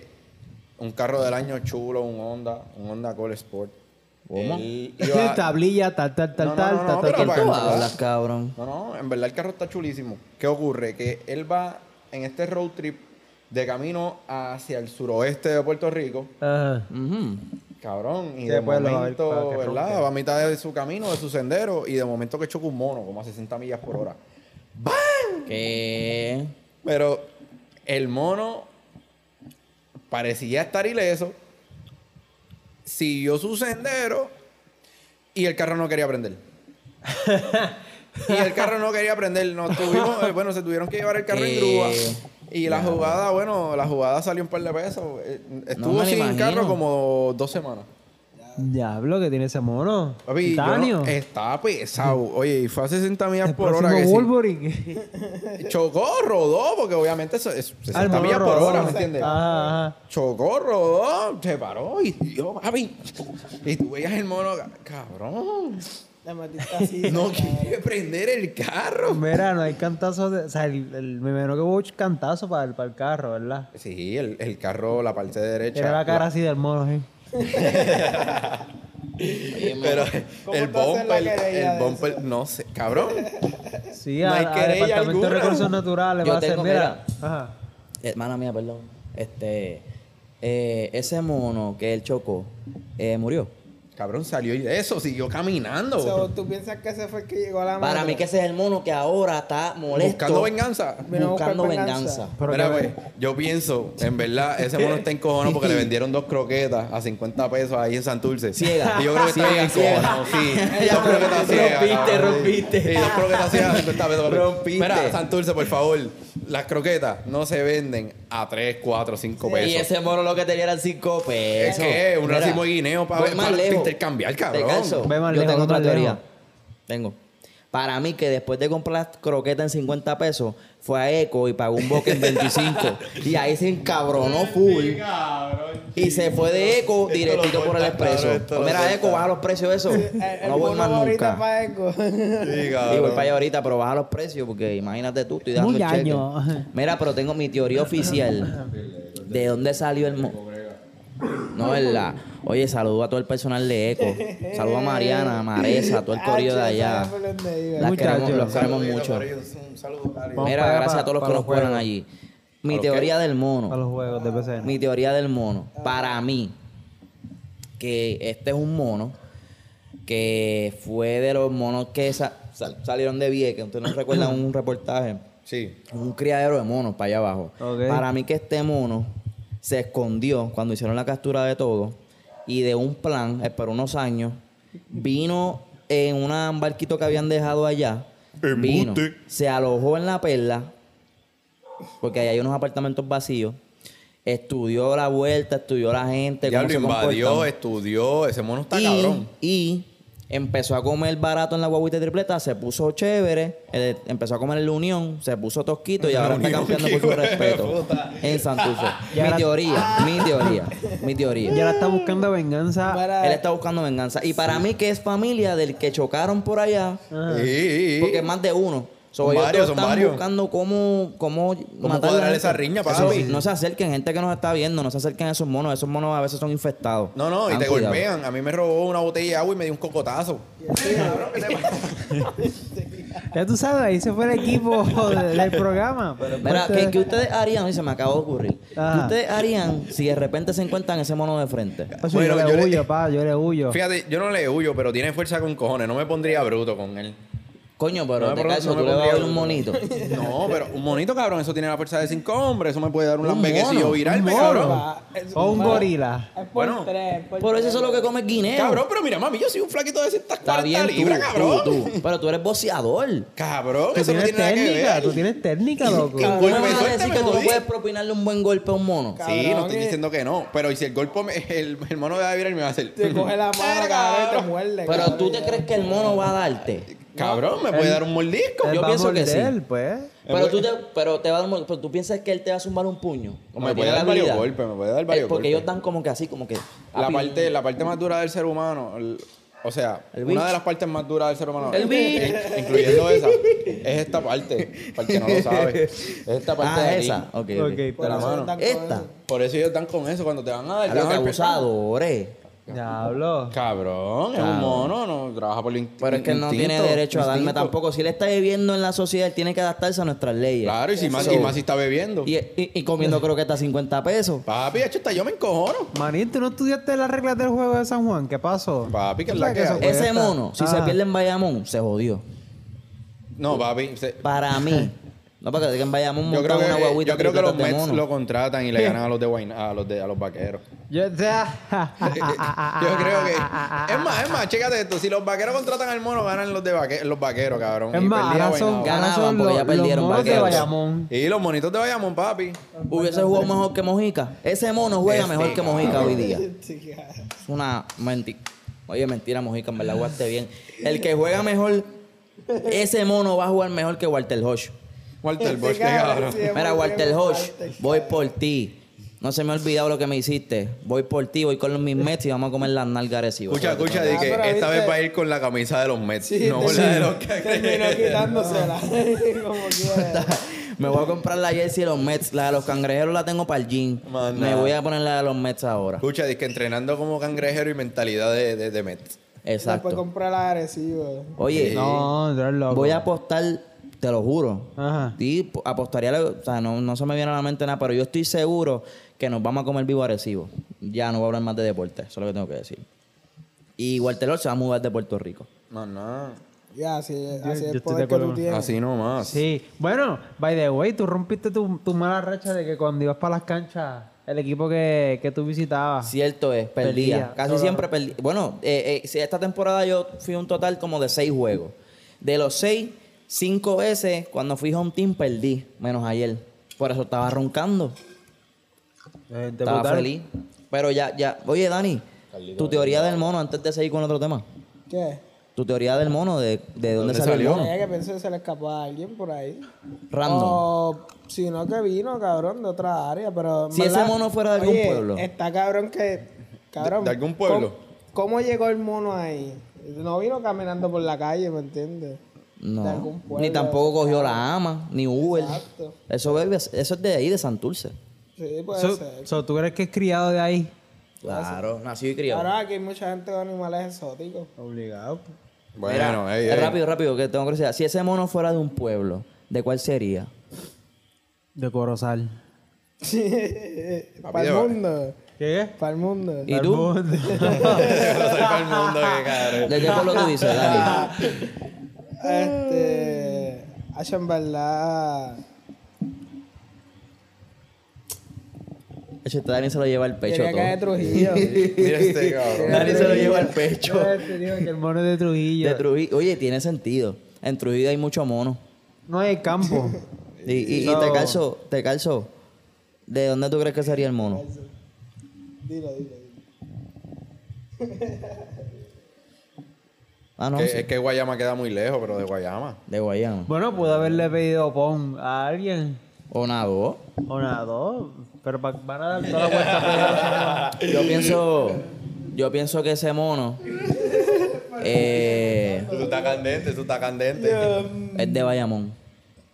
un carro del año chulo, un Honda, un Honda Call Sport.
¿Cómo?
Él iba-
Tablilla, tal, tal, tal,
No, no,
tal,
no, no,
tal,
pero
tal,
¿Qué
para-
tal.
tú
¿verdad?
hablas, cabrón?
No, no, en verdad el carro está chulísimo. ¿Qué ocurre? Que él va en este road trip de camino hacia el suroeste de Puerto Rico.
Ajá.
Ujú.
Cabrón, y
Sí,
de
pues, lo va a ver
momento,
para que
¿verdad?
ronque.
Va a mitad de su camino, de su sendero, y de momento que choca un mono, como a 60 millas por hora.
¿Qué?
Pero el mono parecía estar ileso, siguió su sendero y el carro no quería prender. y el carro no quería prender. Nos tuvimos, eh, bueno, se tuvieron que llevar el carro en
Eh,
grúa. Y la jugada, bueno, la jugada salió un par de pesos. Eh, Estuvo
me lo
sin
imagino.
carro como dos semanas.
Diablo, que tiene ese mono.
Papi, yo no-
Titanio.
estaba pesado. Oye, y fue a 60 millas
El
por hora
próximo
que sí.
Wolverine.
Chocó, rodó, porque obviamente eso es 60
Ah, el mono
millas por
rodó. Ah,
hora, ¿me entiendes?
Ajá, ajá.
Chocó, rodó, se paró y yo, papi. Y tú veías el mono, ca- cabrón.
Le metiste así.
No
cabrón.
quiere prender el carro.
Mira, no hay cantazo. De, o sea, el, el, me imagino que hubo cantazo para el, para el carro, ¿verdad?
Sí, el, el carro, la parte derecha.
Era la cara así del mono, ¿eh?
Pero
¿Cómo
el
tú haces la
bumper,
querella
el
de
bumper, no sé, cabrón.
Sí,
No
al-
hay
al
querella
Departamento de
alguna.
Recursos Naturales
Yo
va a ser,
tengo,
mira. Ajá.
Hermana mía, perdón. Este, eh, ese mono que él chocó eh, murió.
Cabrón salió y eso, siguió caminando.
O sea, ¿Tú piensas que ese fue el que llegó a la Ah, madre?
Para mí que ese es el mono que ahora está molesto.
buscando venganza.
Vino a buscar
Buscando
venganza.
venganza.
Pero
Mira,
que-
güey, yo pienso, en verdad, ese mono está encojonado porque le vendieron dos croquetas a 50 pesos ahí en Santurce.
Ciega.
Y yo creo que está
Ciega,
bien encojonado, sí. Dos croquetas ciegas.
Rompiste,
cabrón, sí.
rompiste.
Sí, dos croquetas ciegas a 50 pesos. papi.
Rompiste.
Mira, Santurce, por favor, las croquetas no se venden a 3, 4, 5 pesos.
Y ese mono lo que tenía eran cinco
Es
pesos.
que un
Mira,
racimo de guineo para,
voy
para,
más lejos.
intercambiar, cabrón.
Te calzo.
Ve más
Yo
lejos,
tengo
ve más
otra teoría.
lejos.
Tengo. Para mí que después de comprar las croquetas en 50 pesos, fue a Eco y pagó un boque en 25. y ahí se encabronó full. Y se fue de Eco directito por el
cortas,
expreso.
cabrón, esto lo
Mira,
cortas.
Eco, baja los precios de eso.
El, eh, el
No voy
mono
más
ahorita
nunca.
pa' Eco.
Sí,
Y voy
cabrón.
para allá ahorita, pero baja los precios porque imagínate tú, estoy dando
Muy
el cheque.
año.
Mira, pero tengo mi teoría oficial. ¿De dónde salió el mono? No, verdad. Oye, saludo a todo el personal de Eco. Saludo a Mariana, a Maresa, a todo el corillo de
Ah, ya
allá.
sabes por dónde iba.
Las
Muchachos.
queremos, los queremos
Saludito
mucho.
por ahí, Un saludo cálido.
Vamos
Mira,
para allá,
gracias a todos los
para
que
los
nos cuelan
juegos.
allí.
¿A
Mi
los qué?
teoría del
A
mono.
los juegos de PC.
Mi teoría del mono. Para mí, que este es un mono que fue de los monos que sa- sal- salieron de Vieques. Ustedes no recuerdan un reportaje.
Sí.
Un criadero de monos para allá abajo.
Ok.
Para mí que este mono se escondió cuando hicieron la captura de todo y de un plan, esperó unos años, vino en una- un barquito que habían dejado allá, vino, se alojó en la perla, porque ahí hay unos apartamentos vacíos, estudió la vuelta, estudió la gente,
Ya
Este, cómo
lo
se
invadió,
comportan.
estudió. Ese mono está
y,
cabrón.
y empezó a comer barato en la guaguita tripleta, se puso chévere, eh, empezó a comer en la Unión, se puso tosquito y ahora está campeando por su respeto en Santurce.
Y
mi
ahora-
teoría, mi teoría, mi teoría.
Ya la está buscando venganza.
Para-
Él está buscando venganza. Y para mí que es familia del que chocaron por allá,
Ajá.
Eh. Sí.
Ah. porque es más de uno. So, ellos
Varios,
todos
son
están
varios.
buscando cómo, cómo, matar a
cuadrar
la
esa
gente.
riña,
Eso,
papi.
No se acerquen, gente que nos está viendo, no se acerquen a esos monos. Esos monos a veces son infectados.
No, no, y
Ten
te
cuidado.
golpean. A mí me robó una botella de agua y me dio un cocotazo. Cabrón, ¿qué te pasa?
Ya tú sabes, ahí se fue el equipo de- del programa. Pero
Mira,
parte-
¿qué, qué ustedes harían? Y se me acaba de ocurrir. ¿Qué
Ajá.
ustedes harían si de repente se encuentran ese mono de frente?
Pacho,
Bueno,
yo le
yo le-
huyo, pa, yo le huyo.
Fíjate, yo no le huyo, pero tiene fuerza con cojones. No me pondría bruto con él.
Coño, pero
No me
te
pro-
cacho,
no me
tú le vas a
pondría
dar un
uno.
monito.
No, pero un monito, cabrón, eso tiene la fuerza de cinco hombres. Eso me puede dar un,
Un
lambeque si
mono,
yo
un
virarme, cabrón.
Va, es-
O un
va-
gorila.
Es por
Bueno.
tres, es por
Por eso
tres.
eso es lo que come el guineo.
Cabrón, pero mira, mami, yo soy un flaquito de 140
Está bien tú,
libras, cabrón.
tú, tú. Pero tú eres boceador.
Cabrón,
Tú
eso no
tienes
tiene nada que
técnica,
ver.
tú tienes técnica, loco.
Qué
¿Cómo me
golpe
vas a
suelta
decir
me
que tú no
jodí.
puedes propinarle un buen golpe a un mono?
Ca-
Sí, no
Cabrón,
estoy
eh.
diciendo que no. Pero y si el golpe, me- el, el mono va a virar y me va a hacer.
Te coge la mano,
Verga,
cabrón, y te
cabrón.
muerde.
Pero
cabrón,
tú te
ya.
crees que el mono va a darte.
Cabrón, me puede
El-
dar un mordisco.
Él
Yo
va a
pienso que
morder,
sí.
pues.
Pero tú, te, pero te va a dar un mol- pero tú piensas que él te va a zumbar un puño. Como
me
que
puede
tiene la
dar varios
habilidad.
golpes, me puede dar
Eh,
varios
Porque
golpes.
ellos dan como que así, como que.
La
papi,
parte, la parte más dura del ser humano, el- o sea,
El
una
bitch.
de las partes más duras del ser humano,
El bitch.
in- incluyendo esa, es esta parte, para el que no lo sabe. Es esta parte
Ah,
de aquí.
esa. Ok.
Ok,
ok.
pues.
Por
la
eso
mano.
están con
Esta.
eso.
Por eso ellos están con eso cuando te van a dar.
A
te
los
van a dar-
abusadores.
Diablo.
Cabrón, es un
Cabrón.
mono, no trabaja por el in-
Pero es que él no tiene
instinto,
derecho a darme
instinto.
tampoco. Si él está viviendo en la sociedad, él tiene que adaptarse a nuestras leyes.
Claro, y si más,
So-
y más si está bebiendo.
Y, y- y comiendo croquetas 50 pesos.
Papi, hecho está, yo me encojono.
Manín, ¿tú no estudiaste las reglas del juego de San Juan? ¿Qué pasó?
Papi, que es
Tú
la
sabes
que
eso
hay.
fue-
Ese
está.
mono, si se
Ah.
Ajá.
pierde en Bayamón, se jodió.
No, papi, se-
Para mí. No, para que en Bayamón
yo creo
montaron una
que,
guaguita
yo creo que
tripetas
los
de
Mets
mono.
lo contratan y le ganan a los de Guayna- a los de a los vaqueros.
Yo,
Ah,
Yo creo que. Es más, es más, chécate esto. Si los vaqueros contratan al mono, ganan los de vaque- los vaqueros, cabrón.
Es
Y pues,
más,
perdía
ahora son,
Guaynabo.
Ganaban,
ahora son
porque ya
los,
perdieron
los monos de
vaqueros.
Bayamón.
Y los monitos de Bayamón, papi.
Hubiese jugado mejor que Mojica. Ese mono juega
Este
mejor que Mojica
cabrón.
hoy día. Es
Sí, cabrón.
una mentira. Oye, mentira, Mojica, en verdad jugaste bien. El que juega mejor, ese mono va a jugar mejor que Walter Hodge.
Walter
Sí,
Bosch, qué
cabrón,
cabrón.
sí.
Mira, Walter Hodge,
Walter,
voy por ti. No se me ha olvidado lo que me hiciste. Voy por ti, voy con los mis Mets y vamos a comer las nalgas Arecibo.
Escucha, escucha, di
Ah,
que
pero
esta
viste-
vez va a ir con la camisa de los Mets,
Sí,
no
te-
con la de los
Terminó quitándosela. Como quiera.
Me voy a comprar la jersey de los Mets. La de los cangrejeros la tengo para el gym.
Manda.
Me voy a poner la de los Mets ahora.
Escucha, di que entrenando como cangrejero y mentalidad de, de, de Mets.
Después
Exacto.
comprar la agresiva.
Oye,
No, tú eres loco.
voy a apostar, te lo juro.
Ajá.
Y po- apostaría, la- o sea, no, no se me viene a la mente nada, pero yo estoy seguro que nos vamos a comer vivo agresivo. Ya no voy a hablar más de deporte, eso es lo que tengo que decir. Y Walter Lord se va a mudar de Puerto Rico.
No, no.
Ya, así, es-
Yo-
así
yo estoy
es el
de
poder que
acuerdo
tú
con-
tienes.
Así nomás.
Sí. Bueno, by the way, tú rompiste tu, tu mala racha de que cuando ibas para las canchas, el equipo que, que tú visitabas.
Cierto es, perdía.
Perdía.
Casi
Solo-
siempre perdía. Bueno, eh, eh, si esta temporada yo fui un total como de seis juegos. De los seis, cinco veces cuando fui home team perdí, menos ayer. Por eso estaba roncando.
Eh, te
Estaba
botaron.
feliz. Pero ya, ya. Oye, Dani, tu teoría del mono, antes de seguir con otro tema.
¿Qué?
Tu teoría del mono, de, de dónde
¿Dónde
salió,
salió?
el mono.
Tenía que pensé que se le escapó a alguien por ahí.
Random.
O si no que vino, cabrón, de otra área. Pero en
Si ese mono fuera de algún pueblo.
Está cabrón que. Cabrón,
de algún pueblo?
¿cómo, cómo llegó el mono ahí? No vino caminando por la calle, ¿me entiendes? de algún
No.
pueblo,
Ni tampoco cogió la ama, ni Uber.
Exacto.
Eso, bebe- eso es de ahí, de Santurce.
Sí, puede
So,
ser.
so, ¿Tú crees que es criado de ahí?
Claro, nació y criado.
Ahora aquí hay mucha gente con animales exóticos.
Obligado.
Bueno,
Mira,
ey,
eh,
ey.
rápido, rápido, que tengo curiosidad. Si ese mono fuera de un pueblo, ¿de cuál sería?
De Corozal.
Para el
yo-
mundo.
¿Qué?
Para el mundo.
¿Y tú?
Vas a ir pa'l mundo, qué cabrón.
¿De qué pueblo tú dices, Dani?
Este. Hacho, en verdad.
Ese este Dani se lo lleva al pecho
Quería que de
todo.
Trujillo.
Mira este cabrón.
Dani se lo lleva al pecho.
Te digo que el mono es de Trujillo.
De Trujillo. Oye, tiene sentido. En Trujillo hay mucho mono.
No hay campo.
Y, y- y
No.
te calzo, te calzo. ¿De dónde tú crees que sería el mono?
Dilo, dilo, dilo.
Ah, no.
Que-
sí.
Es que Guayama queda muy lejos, pero de Guayama.
De Guayama.
bueno, pudo haberle pedido pon a alguien.
O Nabo.
O nada, dos. Pero pa- van a dar toda la vuelta. alrededor.
Yo pienso. Yo pienso que ese mono. eh,
Eso está candente, eso está candente.
es de Bayamón.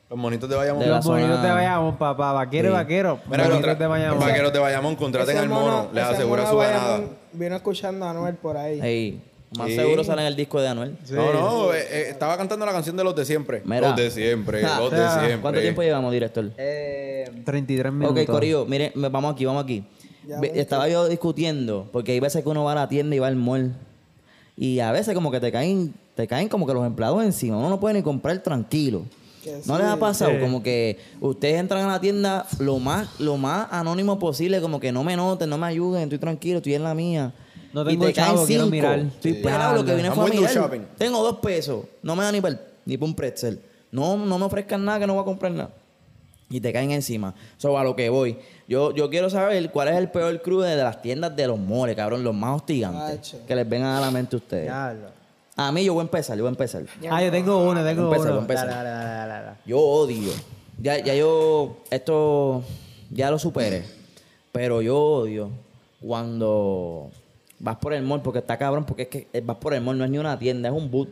Los monitos de
De
Bayamón.
la
Los monitos
zona-
de Bayamón, papá. Vaquero, y vaquero.
Mira,
Vaqueros de
contra-
Bayamón.
vaqueros de Bayamón, contraten
Ese
al mono, les
ese
asegura
mono
su
de
ganada.
Bayamón Vino escuchando a Noel por ahí.
Ey, más
Sí.
seguro sale en el disco de Anuel.
No, no, eh, eh, estaba cantando la canción de los de siempre.
Mira.
Los de siempre,
Ja.
los de
Ja.
siempre.
¿Cuánto tiempo llevamos, director?
Eh, 33 minutos.
Ok, Corillo, miren, me- vamos aquí, vamos aquí.
Ya,
Ve-
ven.
Estaba yo discutiendo, porque hay veces que uno va a la tienda y va al mall. Y a veces como que te caen te caen como que los empleados encima. Uno no puede ni comprar tranquilo.
Que
¿No les ha
sí.
pasado?
Sí.
Como que ustedes entran a la tienda lo más, lo más anónimo posible, como que no me noten, no me ayuden, estoy tranquilo, estoy en la mía.
No tengo chavo, quiero mirar.
Estoy
Sí.
pelado, lo que vine
I'm
fue a
window
mirar.
shopping.
Tengo dos pesos, no me da ni para ni pa un pretzel. No, no me ofrezcan nada que no voy a comprar nada. Y te caen encima. So, a lo que voy. Yo, yo quiero saber cuál es el peor crew de las tiendas de los moles, cabrón, los más hostigantes.
Hacho.
que les vengan a la mente a ustedes.
Diablo.
A mí yo voy a empezar, yo voy a empezar.
Ah, yo tengo una, tengo
Voy a empezar,
una.
voy a empezar.
Dale, dale, dale, dale, dale.
Yo odio. Ya, ya yo, esto, ya lo superé. Pero yo odio cuando vas por el mall, porque está cabrón, porque es que eh, vas por el mall, no es ni una tienda, es un boot.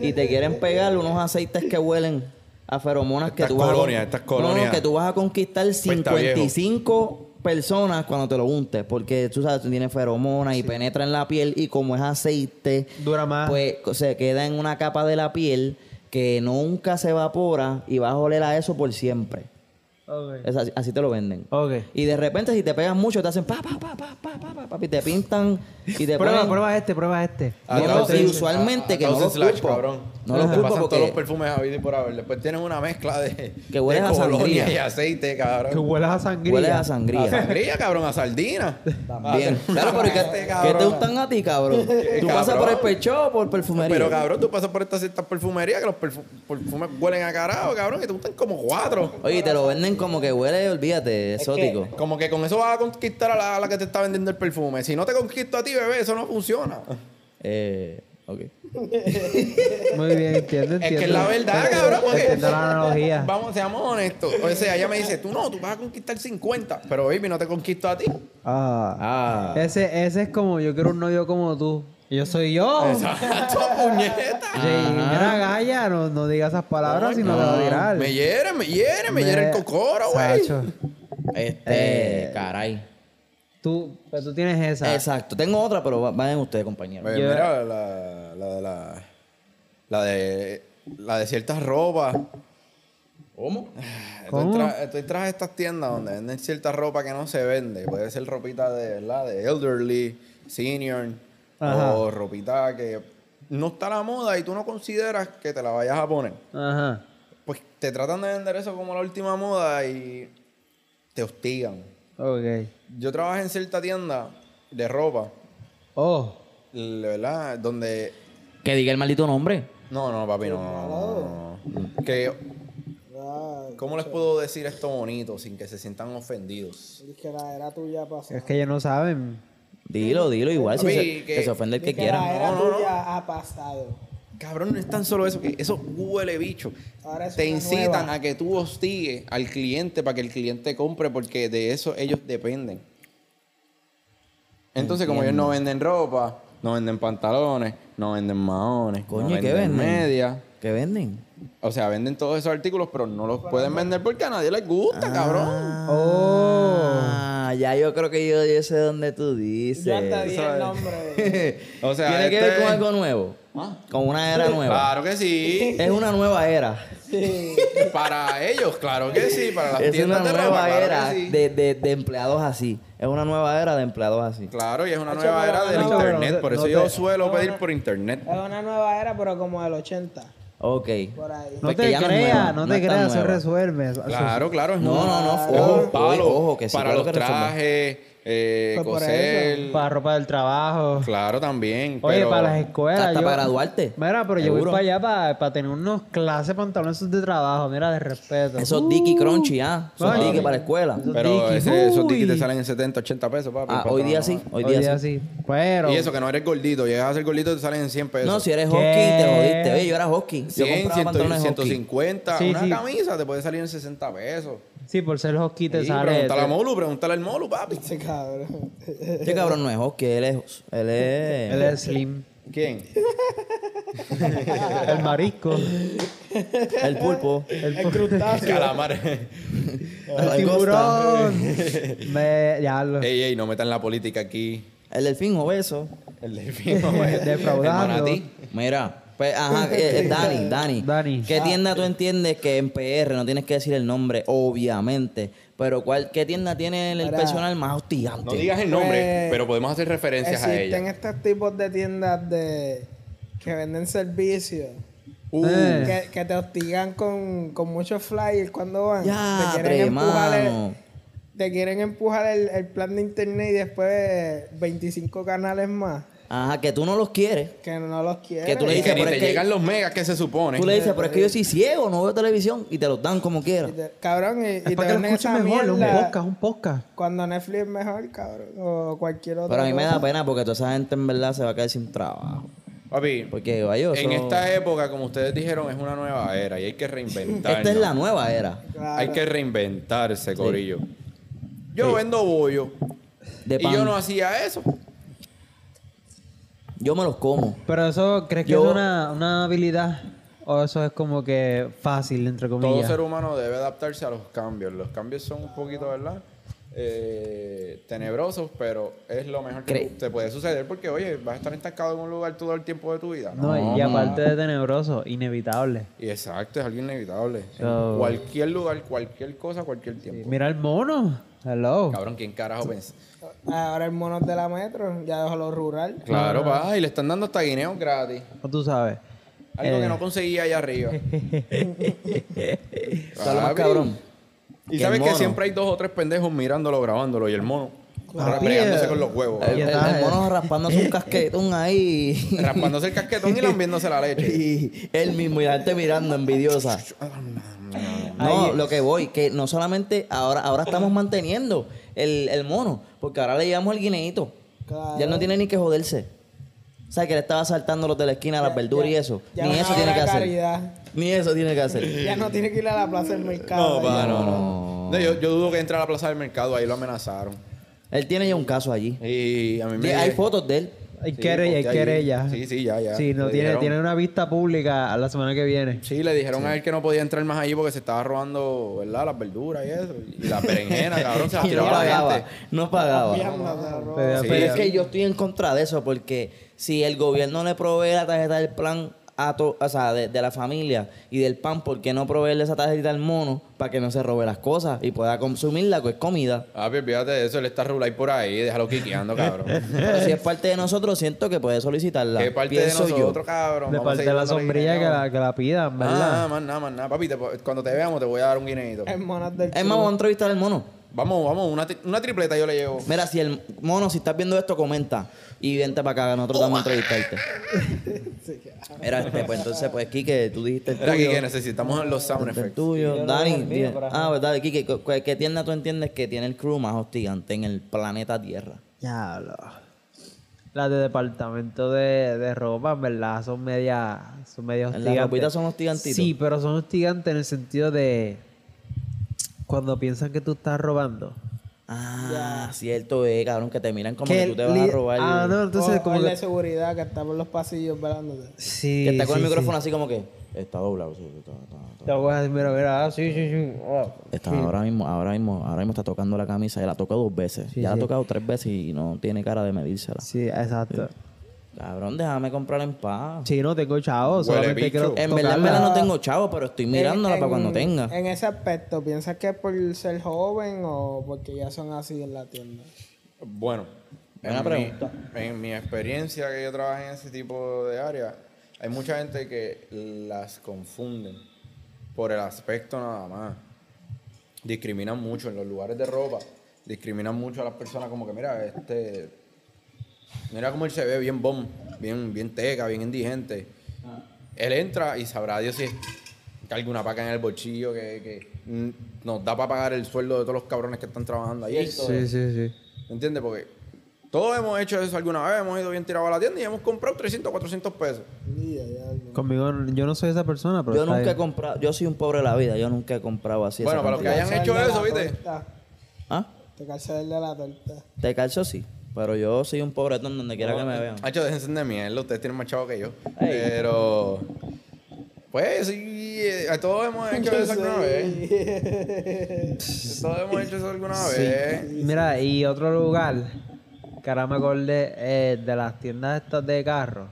Y te quieren pegar unos aceites que huelen a feromonas que
Estas
tú vas a con-
colonias, estas
No, no,
colonias.
que tú vas a conquistar
Cuesta viejo.
55 personas cuando te lo untes, porque tú sabes, tú tienes feromonas y penetra en la piel y como es aceite,
Dura más.
pues se queda en una capa de la piel que nunca se evapora y vas a oler a eso por siempre.
Ok.
Es así, así te lo venden.
Ok.
Y de repente si te pegas mucho te hacen pa pa pa pa pa pa, pa, pa, y te pintan y te
Prueba,
ponen-
prueba este, prueba este.
Ah,
A
no,
Thousand-
y usualmente
a- a
que no
Thousand
los
Slash,
culpo.
cabrón.
No los
Te
culpo
pasan
porque-
todos los perfumes a vida y por haber. Después tienen una mezcla de,
Que huele
de
a sangría.
colonia y aceite, cabrón.
Que huelas a sangría. Ah.
Huele a sangría.
A sangría, cabrón, a sardina.
Bien. Claro, pero ¿qué, qué te gustan a ti, cabrón? ¿Tú pasas
Este cabrón.
por el pecho o por perfumería?
Pero cabrón, tú pasas por estas ciertas perfumerías que los perfu- perfumes huelen a carajo, cabrón, que te gustan como cuatro.
Oye, te lo venden como que huele, olvídate, exótico.
Como que con eso vas a conquistar a la, a la que te está vendiendo el perfume. Si no te conquisto a ti, bebé, eso no funciona.
Eh, ok.
Muy bien, entiendo, entiendo.
Es que es la verdad, cabrón, porque
Entiendo la analogía.
vamos, seamos honestos. O sea, ella me dice, tú no, tú vas a conquistar 50, pero baby, no te conquisto a ti.
Ah.
Ah.
Ese, ese es como, yo quiero un novio como tú. Y Yo soy yo.
Exacto, puñeta.
Sí, mira, Gaya, no, no digas esas palabras si no te va a tirar.
Me hiere, me hiere, me hiere el cocoro, güey.
Sacho, eh,
Este, caray.
Tú, pues tú tienes esa.
Exacto. Tengo otra, pero va- vayan ustedes, compañeros.
Pues,
Yo-
Mira, la, la de la. La de. La de ciertas ropas.
¿Cómo?
Estoy
¿Cómo?
tras estoy tras estas tiendas donde venden cierta ropa que no se vende. Puede ser ropita de, ¿verdad? de elderly, senior,
Ajá.
o ropita que no está a la moda y tú no consideras que te la vayas a poner.
Ajá.
Pues te tratan de vender eso como la última moda y te hostigan.
Ok.
Yo trabajé en cierta tienda de ropa,
Oh.
¿verdad? Donde
Que diga el maldito nombre.
No, no, papi, no. no, no,
Oh.
no. Que,
Ah,
¿Cómo les puedo decir esto bonito sin que se sientan ofendidos?
es que la era tuya pasada.
Es que ellos no saben.
Dilo, dilo igual. Si
Papi,
se,
que-
que se ofende el que
Es que la
quiera.
era
No, no, no.
tuya ha pasado.
Cabrón, no es tan solo eso, que eso huele bicho.
Ahora es
Te
una
incitan
nueva.
a que tú hostigues al cliente para que el cliente compre porque de eso ellos dependen. Entonces, como ellos no venden ropa, no venden pantalones, no venden maones,
Coño,
no
¿y qué
venden
venden?
media.
¿Qué venden?
O sea, venden todos esos artículos, pero no los pueden vender porque a nadie les
Ah.
gusta, cabrón.
Oh.
Ah, ya yo creo que yo, yo sé dónde tú dices.
Yo hasta di el nombre.
O sea,
Tiene que
este- Ah.
ver con algo nuevo. Con una era nueva.
Claro que sí.
Es una nueva era.
Sí.
Para ellos, claro que sí. Para las
Es
tiendas
una
de
nueva
ropa, claro
era
que sí.
de, de- de empleados así. Es una nueva era de empleados así.
Claro, y es una
Hacho,
nueva
pero
era
no,
del
no,
internet.
pero no
por
te-
eso
no
yo
te-
suelo
no,
pedir
no.
por internet.
Es una nueva era, pero como del 80,
Ok.
por ahí.
No
Pues que
te
ya no es nueva,
creas, no
no
te
es tan
creas, eso
nueva.
resuelve. eso-
Claro, claro. Es
No,
una-
no, no,
es un
ojo,
palo
ojo, que sí,
para
claro
los
que resuelve.
trajes, eh,
Pues por
coser.
Para ropa del trabajo.
Claro, también.
Oye,
pero-
para las escuelas.
Hasta
yo-
para graduarte.
Mira, pero yo voy
Seguro.
para allá para, para tener unos clases pantalones de trabajo, mira, de respeto.
Esos Dicky Crunchy, ¿ah? Esos
Ay.
Dicky para escuela.
Pero
Dickies,
ese- esos
uy.
tickets te salen en 70, 80 pesos, papi.
Ah,
papá,
hoy día
no,
sí,
no.
hoy día sí.
sí. Pero.
Y eso, que no eres gordito. Llegas a ser gordito te salen en 100 pesos.
No, si eres
¿Qué?
hockey, te jodiste. Oye, yo era hockey. Yo
100,
compraba
100,
pantalones hockey.
150.
Sí,
una
sí.
camisa te puede salir en 60 pesos.
Sí, por ser hosky te
Sí,
sale.
pregúntale a
te-
Molu, pregúntale al Molu, papi.
Ese cabrón.
Este cabrón no es hockey, él es... Él es...
Él es slim.
¿Quién?
El marisco.
El pulpo.
El,
El crustáceo.
Calamar.
el tiburón. Me- ya lo.
ey, ey, no metan la política aquí.
El delfín obeso.
El delfín.
Defraudando.
Mira, pues, ajá, eh, eh, Dani, Dani.
Dani.
Ah,
¿Qué tienda tú entiendes que en PR no tienes que decir el nombre, obviamente? Pero ¿cuál, ¿qué tienda tiene el, el
Mira.
personal más hostigante?
No digas el nombre,
Pues,
pero podemos hacer referencias a
Existen
ella.
estos tipos de tiendas de que venden servicios.
Uh,
Eh.
Que, que te hostigan con, con muchos flyers cuando van.
Ya,
te quieren
pre,
empujar, eh.
mano.
el, te quieren empujar el, el plan de internet y después 25 canales más
Ajá, que tú no los quieres.
que no los quieren.
Que tú le
y
dices,
que ni
pero
te
es que-
llegan los megas que se supone.
Tú le dices, pero es que yo soy ciego, no veo televisión. Y te los dan como quieras.
Y te- cabrón, y,
Es para
y te
que lo
venden
escuchen
esa
mejor, un
mierda
podcast, un podcast.
Cuando Netflix es mejor, cabrón, o cualquier otro.
Pero a mí me da pena porque toda esa gente en verdad se va a quedar sin trabajo.
Papi,
Porque, vaya,
en
eso-
esta época, como ustedes dijeron, es una nueva era y hay que reinventarnos.
Esta es la nueva era.
Hay que reinventarse, corillo. Yo vendo bollo
De
y
pan.
yo
Yo,
no hacía eso.
me los como.
Pero eso, ¿crees que
Yo-
es una, una habilidad? ¿O eso es como que fácil, entre
Todo
comillas?
ser humano debe adaptarse a los cambios. Los cambios son un poquito, ¿verdad? Eh, tenebrosos, pero es lo mejor que
Cre-
te puede suceder porque, oye, vas a estar estancado en un lugar todo el tiempo de tu vida.
No, y aparte de tenebroso, inevitable.
Y exacto, es algo inevitable.
So-
En cualquier lugar, cualquier cosa, cualquier tiempo.
Mira oh. el mono. Hello.
Cabrón, ¿quién carajo pensó?
Ah. Ahora el mono de la metro, ya dejó lo rural.
Claro, pa, y le están dando hasta guineos gratis.
¿Cómo tú sabes?
Algo que
Eh.
no conseguía allá arriba.
Eso es lo más
Papi.
cabrón.
Y
el
sabes que
mono.
siempre hay dos o tres pendejos mirándolo, grabándolo, y el mono rastreándose con los huevos.
El, el-
está,
el mono raspándose un casquetón ahí.
raspándose el casquetón y lambiéndose la leche.
y él mismo y la gente mirando envidiosa. No, lo que voy, que no solamente ahora, ahora estamos manteniendo el, el mono, porque ahora le llevamos el guineíto.
Claro.
Ya él no tiene ni que joderse. O sea, que le estaba saltando los de la esquina, las verduras y eso.
Ya
ni
una
eso tiene
obra
que
de
hacer.
caridad.
Ni eso tiene que hacer.
Ya no tiene que ir a la plaza del mercado.
No, pa,
ya.
no, no. No, yo, yo dudo que entra a la plaza del mercado, ahí lo amenazaron.
Él tiene ya un caso allí.
Y a mí me.
Ya Hay fotos de él.
Hay
Sí,
querella, hay
porque ahí-
querella.
Sí, sí, ya, ya.
Sí, no,
Le
tiene,
dijeron-
tiene una vista pública a la semana que viene.
Sí, le dijeron a él que no podía entrar más allí porque se estaba robando, ¿verdad? Las verduras y eso. Y las berenjenas, cabrón, se las
Y no
tiraba a la
pagaba.
gente.
No pagaba.
Ya, no, no, no.
Pero-
Sí.
Pero es que yo estoy en contra de eso, porque si el gobierno le provee la tarjeta del plan a to- o sea, de, de la familia y del pan, ¿por qué no proveerle esa tarjeta al mono para que no se robe las cosas y pueda consumirla, que es comida?
Ah, pero olvídate de eso, él está rular por ahí, déjalo quiqueando, cabrón.
Pero si es parte de nosotros, siento que puede solicitarla.
¿Qué parte de
Pienso
nosotros,
yo.
cabrón?
De
Vamos a
parte de
seguir
la
dándole
sombrilla que
guineo.
la, que la pidan,
Ah,
¿verdad?
más nada, más nada. Papi, te po- cuando te veamos te voy a dar un guineito.
El mono del
Es más, vamos a entrevistar al mono.
Vamos, vamos, una, tri- una tripleta yo le llevo.
Mira, si el mono, si estás viendo esto, comenta y vente para acá, nosotros vamos a entrevistarte. Mira, este, pues entonces, pues Kike, tú dijiste el
Mira aquí
tuyo.
que necesitamos los sound
El
effects.
tuyo,
lo
Dani.
dije el mío,
dime.
pero
ah, verdad, Kike, ¿cu- cu- ¿qué tienda tú entiendes que tiene el crew más hostigante en el planeta Tierra?
Diablo. Las de departamento de, de ropa, en verdad, son media, son media
Las
hostigantes.
ropitas son hostigantitos.
Sí, pero son hostigantes en el sentido de cuando piensan que tú estás robando.
Ah, cierto, eh, cabrón, que te miran como que,
Que
tú te vas a
li-
robar.
Ah, no, entonces
O- o
como
el de
que...
seguridad que está por los pasillos velándote.
Sí,
Que está con el
sí, sí.
micrófono así como que. Está doblado. sí, está, está-
Te voy a decir, mira, mira, ah, sí, sí, sí. oh.
está- ahora mismo, ahora mismo, ahora mismo está tocando la camisa y la toca dos veces. ya la ha tocado tres veces y no tiene cara de medírsela.
Sí, exacto.
Cabrón, déjame comprar en paz.
Sí, no tengo chavos,
Huele
solamente
bicho.
quiero
En verdad, en
tocarla. Eh,
verdad no tengo chavo, pero estoy mirándola
En-
para cuando
en-
tenga.
En ese aspecto, ¿piensas que es por ser joven o porque ya son así en la tienda?
Bueno,
Buena
en
pregunta.
Mi, en mi experiencia que yo trabajé en ese tipo de área, hay mucha gente que las confunden por el aspecto nada más. Discriminan mucho en los lugares de ropa, discriminan mucho a las personas como que mira, este mira cómo él se ve bien bom, bien bien teca, bien indigente. Él entra y sabrá Dios si es- carga una paca en el bolsillo que, que, mm, nos da para pagar el sueldo de todos los cabrones que están trabajando ahí.
Sí, sí, sí.
¿Me entiendes? Porque todos hemos hecho eso alguna vez, hemos ido bien tirados a la tienda y hemos comprado 300, 400 pesos.
Ni idea, ya,
Conmigo, no- yo no soy esa persona, pero
Yo
está
nunca he
bien.
comprado, yo soy un pobre de la vida, yo nunca he comprado así.
Bueno,
esa
para los que
cantidad.
hayan hecho
el de
eso,
la
¿viste?
torta.
¿Ah?
Te calza el de la torta.
Te calzo sí, pero yo soy un pobretón donde quiera que me vean.
Hacho, déjense de mierda, ustedes tienen más chavo que yo. Pero. Pues sí, eh, todos hemos hecho eso alguna vez. Todos hemos hecho eso alguna vez.
Mira, y otro lugar que ahora me acordé eh, de las tiendas estas de carro.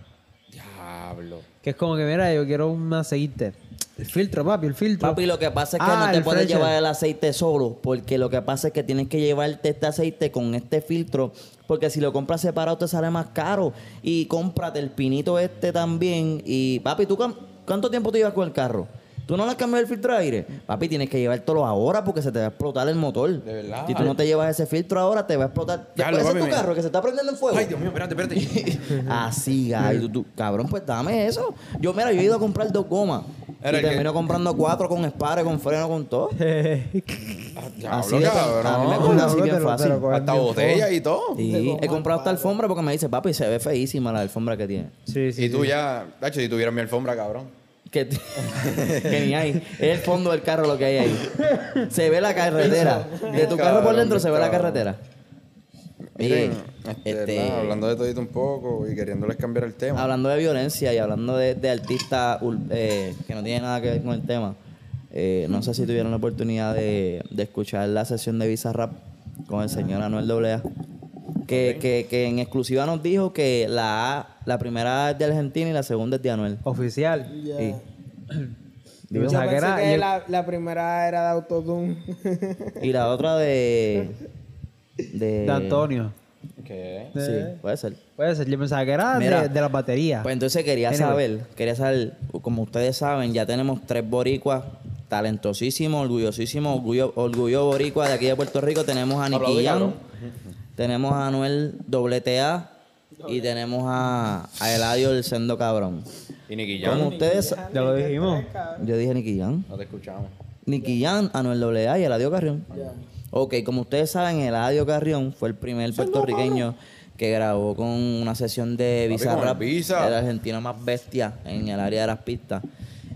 Diablo.
Que es como que, mira, yo quiero un aceite. El filtro, papi, el filtro.
Papi, lo que pasa es que
Ah,
no te
el
puedes
fresher.
llevar el aceite solo, porque lo que pasa es que tienes que llevarte este aceite con este filtro, porque si lo compras separado te sale más caro. Y cómprate el pinito este también. Y papi, ¿tú cam- cuánto tiempo te llevas con el carro? ¿Tú no le has cambiado el filtro de aire? Papi, tienes que llevártelo ahora porque se te va a explotar el motor.
De verdad.
Si tú no te llevas ese filtro ahora, te va a explotar.
Ya lo,
Después ese
papi,
es tu
me-
carro que se está prendiendo en fuego.
Ay, Dios mío, espérate, espérate.
Así, gallo. Tú- tú- cabrón, pues dame eso. Yo, mira, yo he ido a comprar dos gomas.
Era
y
el que-
termino comprando cuatro con espare, con freno, con todo.
Ah,
Así
Diablo,
de A mí me
cabrón.
gusta así bien fácil.
con
Hasta botella y todo.
Sí, he comprado esta alfombra porque me dice, papi, se ve feísima la alfombra que tiene.
Sí, sí.
Y tú ya, Tacho, si tuvieras mi alfombra, cabrón.
Que, t- que ni hay. Es el fondo del carro lo que hay ahí. Se ve la carretera. De tu carro por
Cabrón,
dentro se ve la
cabrón.
carretera. Miren,
Miren, este,
este, Ah,
nada, hablando de todito un poco y queriéndoles cambiar el tema.
Hablando de violencia y hablando de, de artistas ur- eh, que no tienen nada que ver con el tema, eh, no sé si tuvieron la oportunidad de, de escuchar la sesión de Visa Rap con el señor Anuel Doblea, que, que, que en exclusiva nos dijo que la A- la primera es de Argentina y la segunda es de Anuel.
Oficial.
Ya.
Sí.
Yo
Yo
pensaba que
pensé
era-
que
yo-
la, la primera era de Autotune.
Y la otra de... De,
De Antonio. Eh.
¿Qué?
Sí, puede ser.
Puede ser, yo pensaba que era
Mira,
de, de las baterías.
Pues entonces quería
Anyway.
saber, quería saber, como ustedes saben, ya tenemos tres boricuas talentosísimos, orgullosísimos, orgullo, orgullo boricua de aquí de Puerto Rico. Tenemos a Nicky
Aplaudí,
Jam,
cabrón.
tenemos a Anuel WTA y tenemos a, a Eladio el Sendo Cabrón.
Y Nicky Jam.
Como ustedes,
ya lo dijimos.
yo dije Nicky Jam,
No te escuchamos.
Nicky Jam, Anuel AA y Eladio Carrión. Ok, como ustedes saben, Eladio Carrión fue el primer puertorriqueño que grabó con una sesión de
Papi,
Bizarrap,
con el Visa.
el argentino más bestia en el área de las pistas.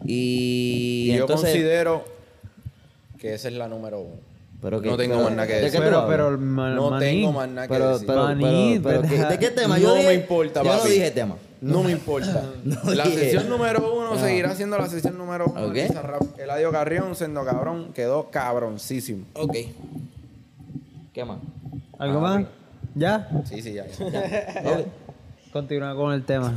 Y,
Y, yo
entonces,
considero que esa es la número uno.
Pero que-
no tengo
pero-
más nada que
¿de qué
decir.
tú
Pero,
hablas?
pero, ma-
no
maní.
tengo más nada que
pero,
decir.
pero,
Maní,
pero- pero ¿qué-
¿verdad?
¿de qué tema?
no
yo dije-
me importa,
Yo no
papi.
dije tema.
No me importa.
No
la
dije.
sesión número uno seguirá siendo la sesión número uno.
Ok.
de Bizarrap. Eladio Carrión, siendo cabrón, quedó cabroncísimo.
Ok. ¿Qué más?
¿Algo más? ¿Ya?
Sí, sí, ya.
Ok.
Continúa con el tema.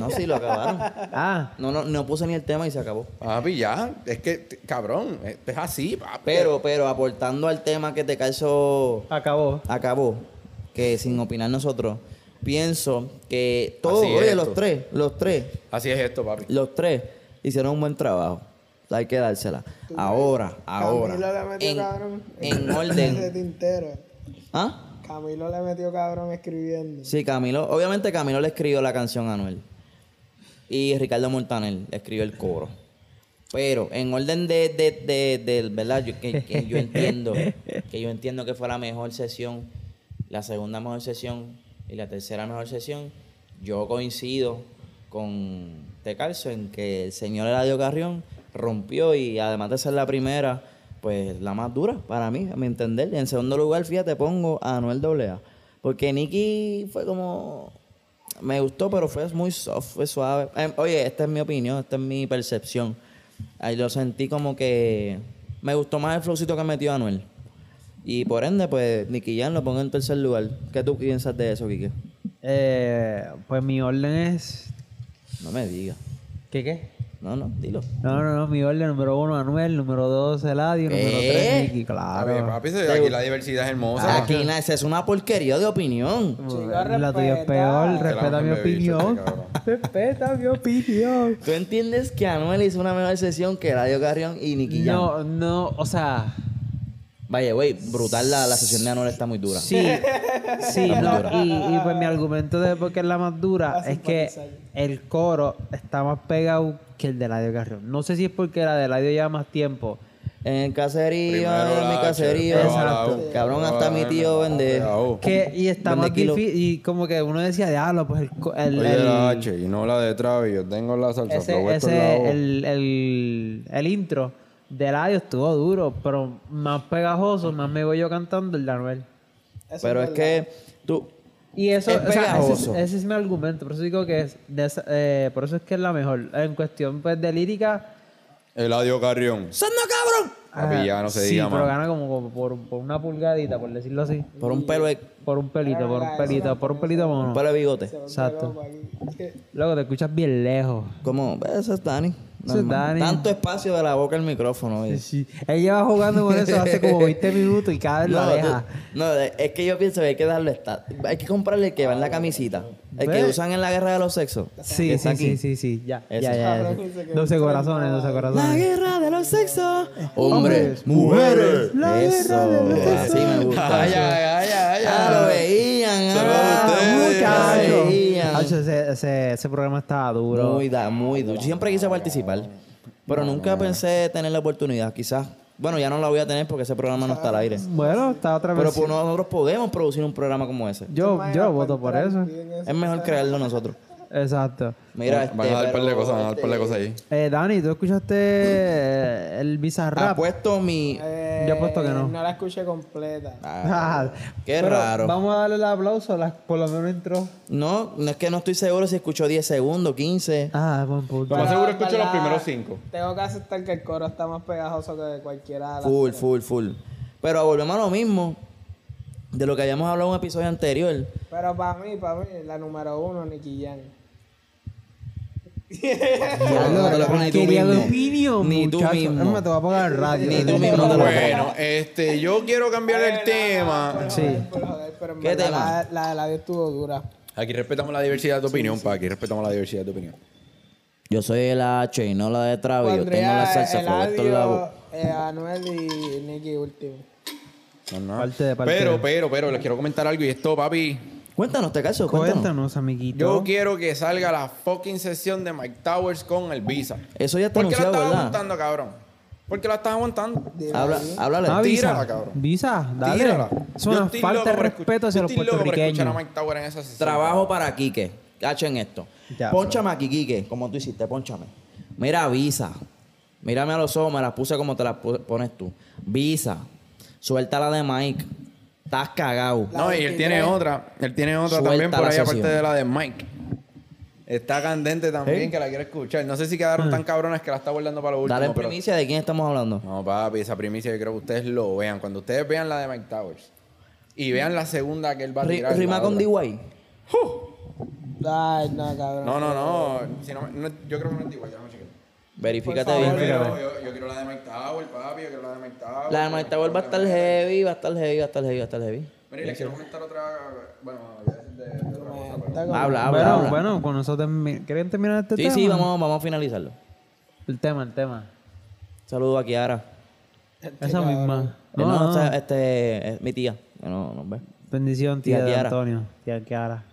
No, sí, lo acabaron.
Ah,
No, no, no puse ni el tema y se acabó.
Papi, ya. Es que, t- cabrón, es es así, papi.
Pero, pero, aportando al tema que te calzó
acabó.
acabó, que sin opinar nosotros, pienso que todos,
Así es
oye,
esto.
los tres, los tres,
Así es esto, papi.
los tres hicieron un buen trabajo. Hay que dársela. Ahora, ahora.
Camilo le metió
en,
cabrón.
en
Ese
orden.
tintero.
¿Ah?
Camilo le metió cabrón escribiendo.
Sí, Camilo. Obviamente Camilo le escribió la canción a Anuel. Y Ricardo Montaner le escribió el coro. Pero en orden de, de, de, del- ¿verdad? Yo, que, que yo entiendo, que yo entiendo que fue la mejor sesión, la segunda mejor sesión y la tercera mejor sesión, yo coincido con Tecalzo en que el señor Eladio Carrión rompió y además de ser la primera, pues la más dura para mí, a mi entender. Y en segundo lugar, fíjate, pongo a Anuel Doblea. Porque Nicky fue como me gustó, pero fue muy soft, fue suave. Em, oye, esta es mi opinión, esta es mi percepción. Ahí lo sentí como que me gustó más el flowcito que metió Anuel. Y por ende, pues, Nicky Jam lo pongo en tercer lugar. ¿Qué tú piensas de eso, Kike?
Eh, pues mi orden es.
No me digas.
¿Qué qué?
No, no, dilo.
No, no, no, mi orden número uno, Anuel, número dos, Eladio, número
¿Qué?
tres,
Papi,
Nicky, claro.
papi, se- aquí la diversidad es hermosa.
Aquí na- esa es una porquería de opinión.
Chico,
La tuya es peor,
respeta.
Te la
respeta
bajan
mi
de bicho,
opinión.
este cabrón.
Respeta mi opinión.
¿Tú entiendes que Anuel hizo una mejor sesión que Radio Carrión y Nicky Jam?
No, no, o sea,
Vaya, güey, brutal la, la sesión de Anuel está muy dura.
sí, sí, no, y, y pues mi argumento de por qué es la más dura
Vas a
es que
simpatizar.
el coro está más pegado que el de Eladio Carrión. No sé si es porque la de Eladio lleva más tiempo,
En el caserío,
Primero
en mi
la
caserío.
H,
Exacto.
pero
Cabrón,
la U,
hasta mi tío
la U,
vende.
la U.
Que, y está
Vende
más
kilo.
difícil. Y como que uno decía, diablo, pues el. co- el,
Oye,
el-
la H y no la de Travis. Yo tengo la salsa. pero
ese,
esto es la O.
ese el, el, el intro de Eladio estuvo duro, pero más pegajoso, más me voy yo cantando el de Anuel.
Eso
Pero es
verdad.
que tú.
Y eso,
Es
o sea, ese, es,
pegajoso.
ese es mi argumento. Por eso digo que es. de esa- eh, por eso es que es la mejor. En cuestión pues, de lírica.
Eladio Carrión.
¡Sando cabrón!
Papi,
ah,
ya no se
sí,
diga
pero
más.
gana como, como por, por una pulgadita, por decirlo así.
Por un pelo de,
Por un pelito, por un
Ah, eso
pelito, por un pelito
un
mono.
pelo de bigote.
Se volvió
Exacto.
loco aquí. Es que
Luego te escuchas bien lejos.
Como, ese pues, es Dani.
Eso es
Normal.
Dani.
Tanto espacio de la boca al micrófono. oye.
Sí, sí. Él lleva jugando con eso hace como 20 minutos y cada vez lo
No,
deja.
tú- no, de- es que yo pienso que hay que darle esta- Hay que comprarle el que va en la camisita. El que
Ve.
usan en la guerra de los sexos. que
Sí,
está
sí,
aquí.
sí, sí, sí. Ya, ya,
Ese.
ya, ya.
Cabrón, dice que
12
no
corazones,
sabe
12
nada.
La
corazones.
guerra de los sexos.
Hombres,
mujeres.
la guerra de los
Eso, así me gusta.
Ay, ay, ay, ay,
Ah,
Ya lo
ay.
veían.
Saludos
ah,
a ustedes.
muchachos.
Muchacho.
Lo veían.
Hacho, Ese, ese, ese programa estaba duro.
Muy, da, muy duro. Yo siempre quise participar,
Ah,
pero nunca pensé tener la oportunidad, quizás. Bueno, ya no la voy a tener porque ese programa no está al aire.
Bueno, está otra
Pero
vez.
pues, nosotros podemos producir un programa como ese.
Yo,
Imagina
yo
para
voto por
entrar
eso.
aquí en
Es mejor crearlo nosotros.
Exacto.
Mira, este,
Van a dar un par de
pero,
cosas, van a dar un par de
este,
cosas ahí.
Eh, Dani, ¿tú escuchaste eh, el Bizarrap?
Apuesto este, mi...
Eh,
Yo apuesto que no.
No la escuché completa.
Ah, qué
Pero
raro.
Vamos a darle el aplauso, la- por lo menos entró.
No, no es que no estoy seguro si escuchó 10 segundos, 15.
Ah, buen punto.
Lo más
Pero,
seguro escucho los
¿verdad?
primeros cinco.
Tengo que aceptar que el coro está más pegajoso que cualquiera de las
Full, full, full. Pero volvemos a lo mismo de lo que habíamos hablado en un episodio anterior.
Pero para mí, para mí, la número uno, Nicky Jam.
Ya, no te lo pones ni tú
Quería
mismo.
opinión,
Ni tú
muchacho.
mismo.
Es más, te voy a apagar el radio. ¿eh?
Ni tú mismo te lo pones.
Bueno, este, yo quiero cambiar el tema.
Sí.
Pero, joder, pero en
¿Qué
verdad
tema?
La, la de la vida estuvo dura.
Aquí respetamos la diversidad de opinión, pa. Aquí respetamos la diversidad de opinión.
Yo soy el H y no la de Travis. Yo tengo la
Pondría
salsa,
el
pero esto es la voz.
audio, eh, Anuel y Nicky último.
No, no.
Parte de parte.
Pero, pero, pero, les quiero comentar algo y esto, papi.
Cuéntanos, te caso, cuéntanos.
Cuéntanos, amiguito.
Yo quiero que salga la fucking sesión de Mike Towers con el Visa.
Eso ya está
¿Por qué la
anunciado,
estás
¿verdad?
aguantando, cabrón? ¿Por qué la estás aguantando?
De
Habla,
Madrid.
háblale.
Tírala,
Ah, Visa,
cabrón.
Visa, dale.
Tírala.
Es
Yo
una
estoy
falta de
loco por escu-
respeto hacia
yo
los
estoy loco por escuchar a
puertorriqueños.
Mike Towers en esa sesión.
Trabajo para Quique. Cachen esto.
Ya,
ponchame aquí, Quique, como tú hiciste, ponchame. Mira, Visa. Mírame a los ojos, me las puse como te las pu- pones tú. Visa. Suéltala de Mike. Estás cagado.
No, y él tiene otra. Él tiene otra
Suelta
también por
la
ahí, aparte
sesión.
de la de Mike. Está candente también, que la quiero escuchar. No sé si
Mm.
quedaron tan cabronas que la está guardando para lo último.
Dale
pero-
primicia de quién estamos hablando.
No, papi, esa primicia yo creo que ustedes lo vean. Cuando ustedes vean la de Mike Towers y vean la segunda que él va a
Ri-
tirar.
Rima
la
con
otra.
D.Y.
Ay, no, cabrón.
No, no, no. Si no, no, Yo creo que no es D.Y. Déjame chequear.
Verifícate
Por
bien.
favor,
Pero yo, yo quiero la de Mike Towers, papi. Yo quiero la de Mike Towers.
La de Mike Tower va a estar heavy, va a estar heavy, va a estar heavy, va a estar heavy.
Mira, y le quiero comentar otra. Bueno, voy a decir de, de otra cosa. pero-
Está como-
Habla, habla,
Bueno,
habla.
bueno, con nosotros. termi- ¿Quieren terminar este
sí,
tema?
sí, vamos, vamos a finalizarlo.
El tema, el tema.
Saludo a Kiara.
Esa misma.
Eh, No,
No, no,
o sea, este es mi tía. que No, no ve.
Bendición,
Tía
tía, de
Kiara.
Antonio. Tía Kiara.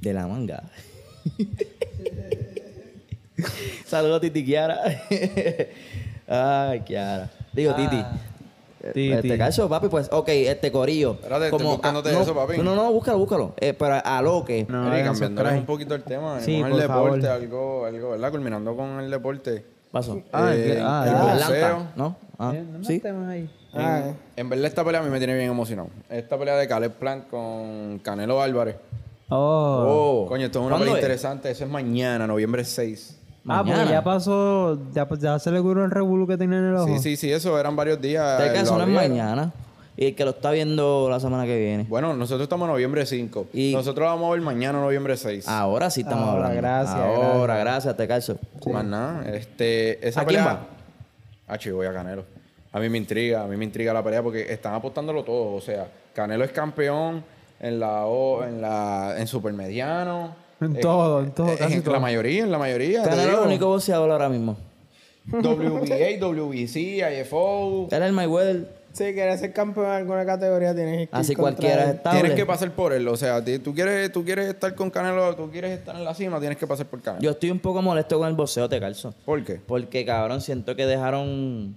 De la manga. Saludo a Titi Kiara. Ay, Kiara. Digo, Titi.
Ah. Titi.
En este caso, papi, pues, ok, este corillo.
Espérate, estoy buscándote
no,
eso, papi.
No, no, búscalo, búscalo. Eh, para a lo que.
No,
Mira, y
hagan
cambiándoles
subscribe.
un poquito el tema.
Sí,
con el
por
deporte,
favor.
algo, algo, ¿verdad? Culminando con el deporte.
Pasó.
Ah,
Eh,
que- ah,
el
ya.
Atlanta,
boxeo.
¿no? Ah,
Eh, no
sí.
temas ahí.
Ah,
En verdad esta pelea a mí me tiene bien emocionado. Esta pelea de Caleb Plant con Canelo Álvarez.
Oh.
Oh.
Coño, esto es una
¿Cuándo
pelea
es?
interesante. Eso es mañana, noviembre 6.
Ah,
Mañana.
pues ya pasó. Ya, pues, ya se le curó el revuelo que tenía en el ojo.
Sí, sí, sí, eso eran varios días.
Este
eh,
caso
lo
no es
abrieron.
mañana. Y el que lo está viendo la semana que viene.
Bueno, nosotros estamos en noviembre 5.
Y- Ah,
Nosotros vamos a ver mañana, noviembre 6.
Ahora sí estamos
Ahora,
hablando.
gracias,
Ahora, gracias, te caso.
Más nada. Este, esa
¿A quién
pelea.
va?
Ah, chico, voy a Canelo. A mí me intriga, a mí me intriga la pelea porque están apostándolo todo. O sea, Canelo es campeón en la O, en la. en supermediano.
En
Eh,
todo, en todo,
eh,
casi
en
todo.
la mayoría, en la mayoría. te
Canelo es el
digo.
único boxeador ahora mismo.
WBA, WBC, IFO.
Él es el Mayweather.
Si quieres ser campeón en alguna categoría, tienes que. ir
Así
contra
cualquiera es
él.
estable.
Tienes que pasar por él. O sea, ti- tú quieres, tú quieres estar con Canelo, tú quieres estar en la cima, tienes que pasar por Canelo.
Yo estoy un poco molesto con el boxeo, te calzo.
¿Por qué?
Porque, cabrón, siento que dejaron.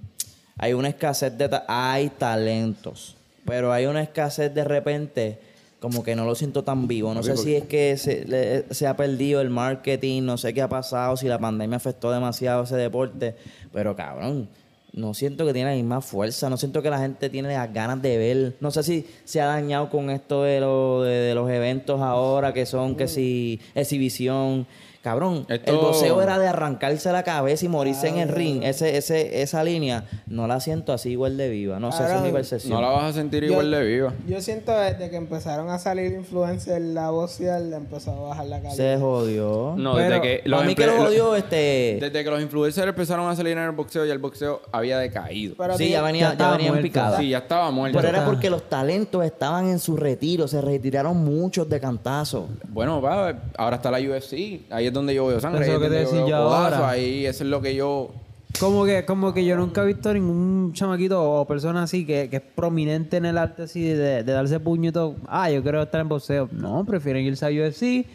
Hay una escasez de. ta- Hay talentos. Pero hay una escasez de repente. Como que no lo siento tan vivo. No sé si es que se, le- se ha perdido el marketing. No sé qué ha pasado. Si la pandemia afectó demasiado ese deporte. Pero, cabrón. No siento que tiene la misma fuerza, no siento que la gente tiene las ganas de ver. No sé si se ha dañado con esto de, lo- de- de los eventos ahora, que son que si exhibición, Cabrón,
Mm. Esto-
el boxeo era de arrancarse la cabeza y morirse en el ring. Ese, ese, esa línea no la siento así igual de viva. No sé, es
Cabrón,
mi percepción.
No la vas a sentir igual de viva.
Yo siento desde que empezaron a salir influencers la voz y él le empezó a bajar la calidad.
Se jodió.
No,
Pero,
desde que
a mí que lo
emple-
jodió, este...
Desde que los influencers empezaron a salir en el boxeo, ya el boxeo había decaído.
Pero
sí,
tío,
ya venía, ya
estaba
venía en
muerto.
picada.
Sí, ya estaba muerto.
Pero era porque los talentos estaban en su retiro. Se retiraron muchos de cantazo.
Bueno, va, ahora está la UFC. Ahí es donde yo veo sangre.
Eso
ahí
es lo
es
que
donde
te
yo
decía
veo
yo
codazos,
ahora.
Ahí eso es lo que yo...
Como que, como que yo nunca he visto ningún chamaquito o persona así que, que es prominente en el arte así de, de darse puño y todo. Ah, yo quiero estar en boxeo. No, prefieren irse a UFC,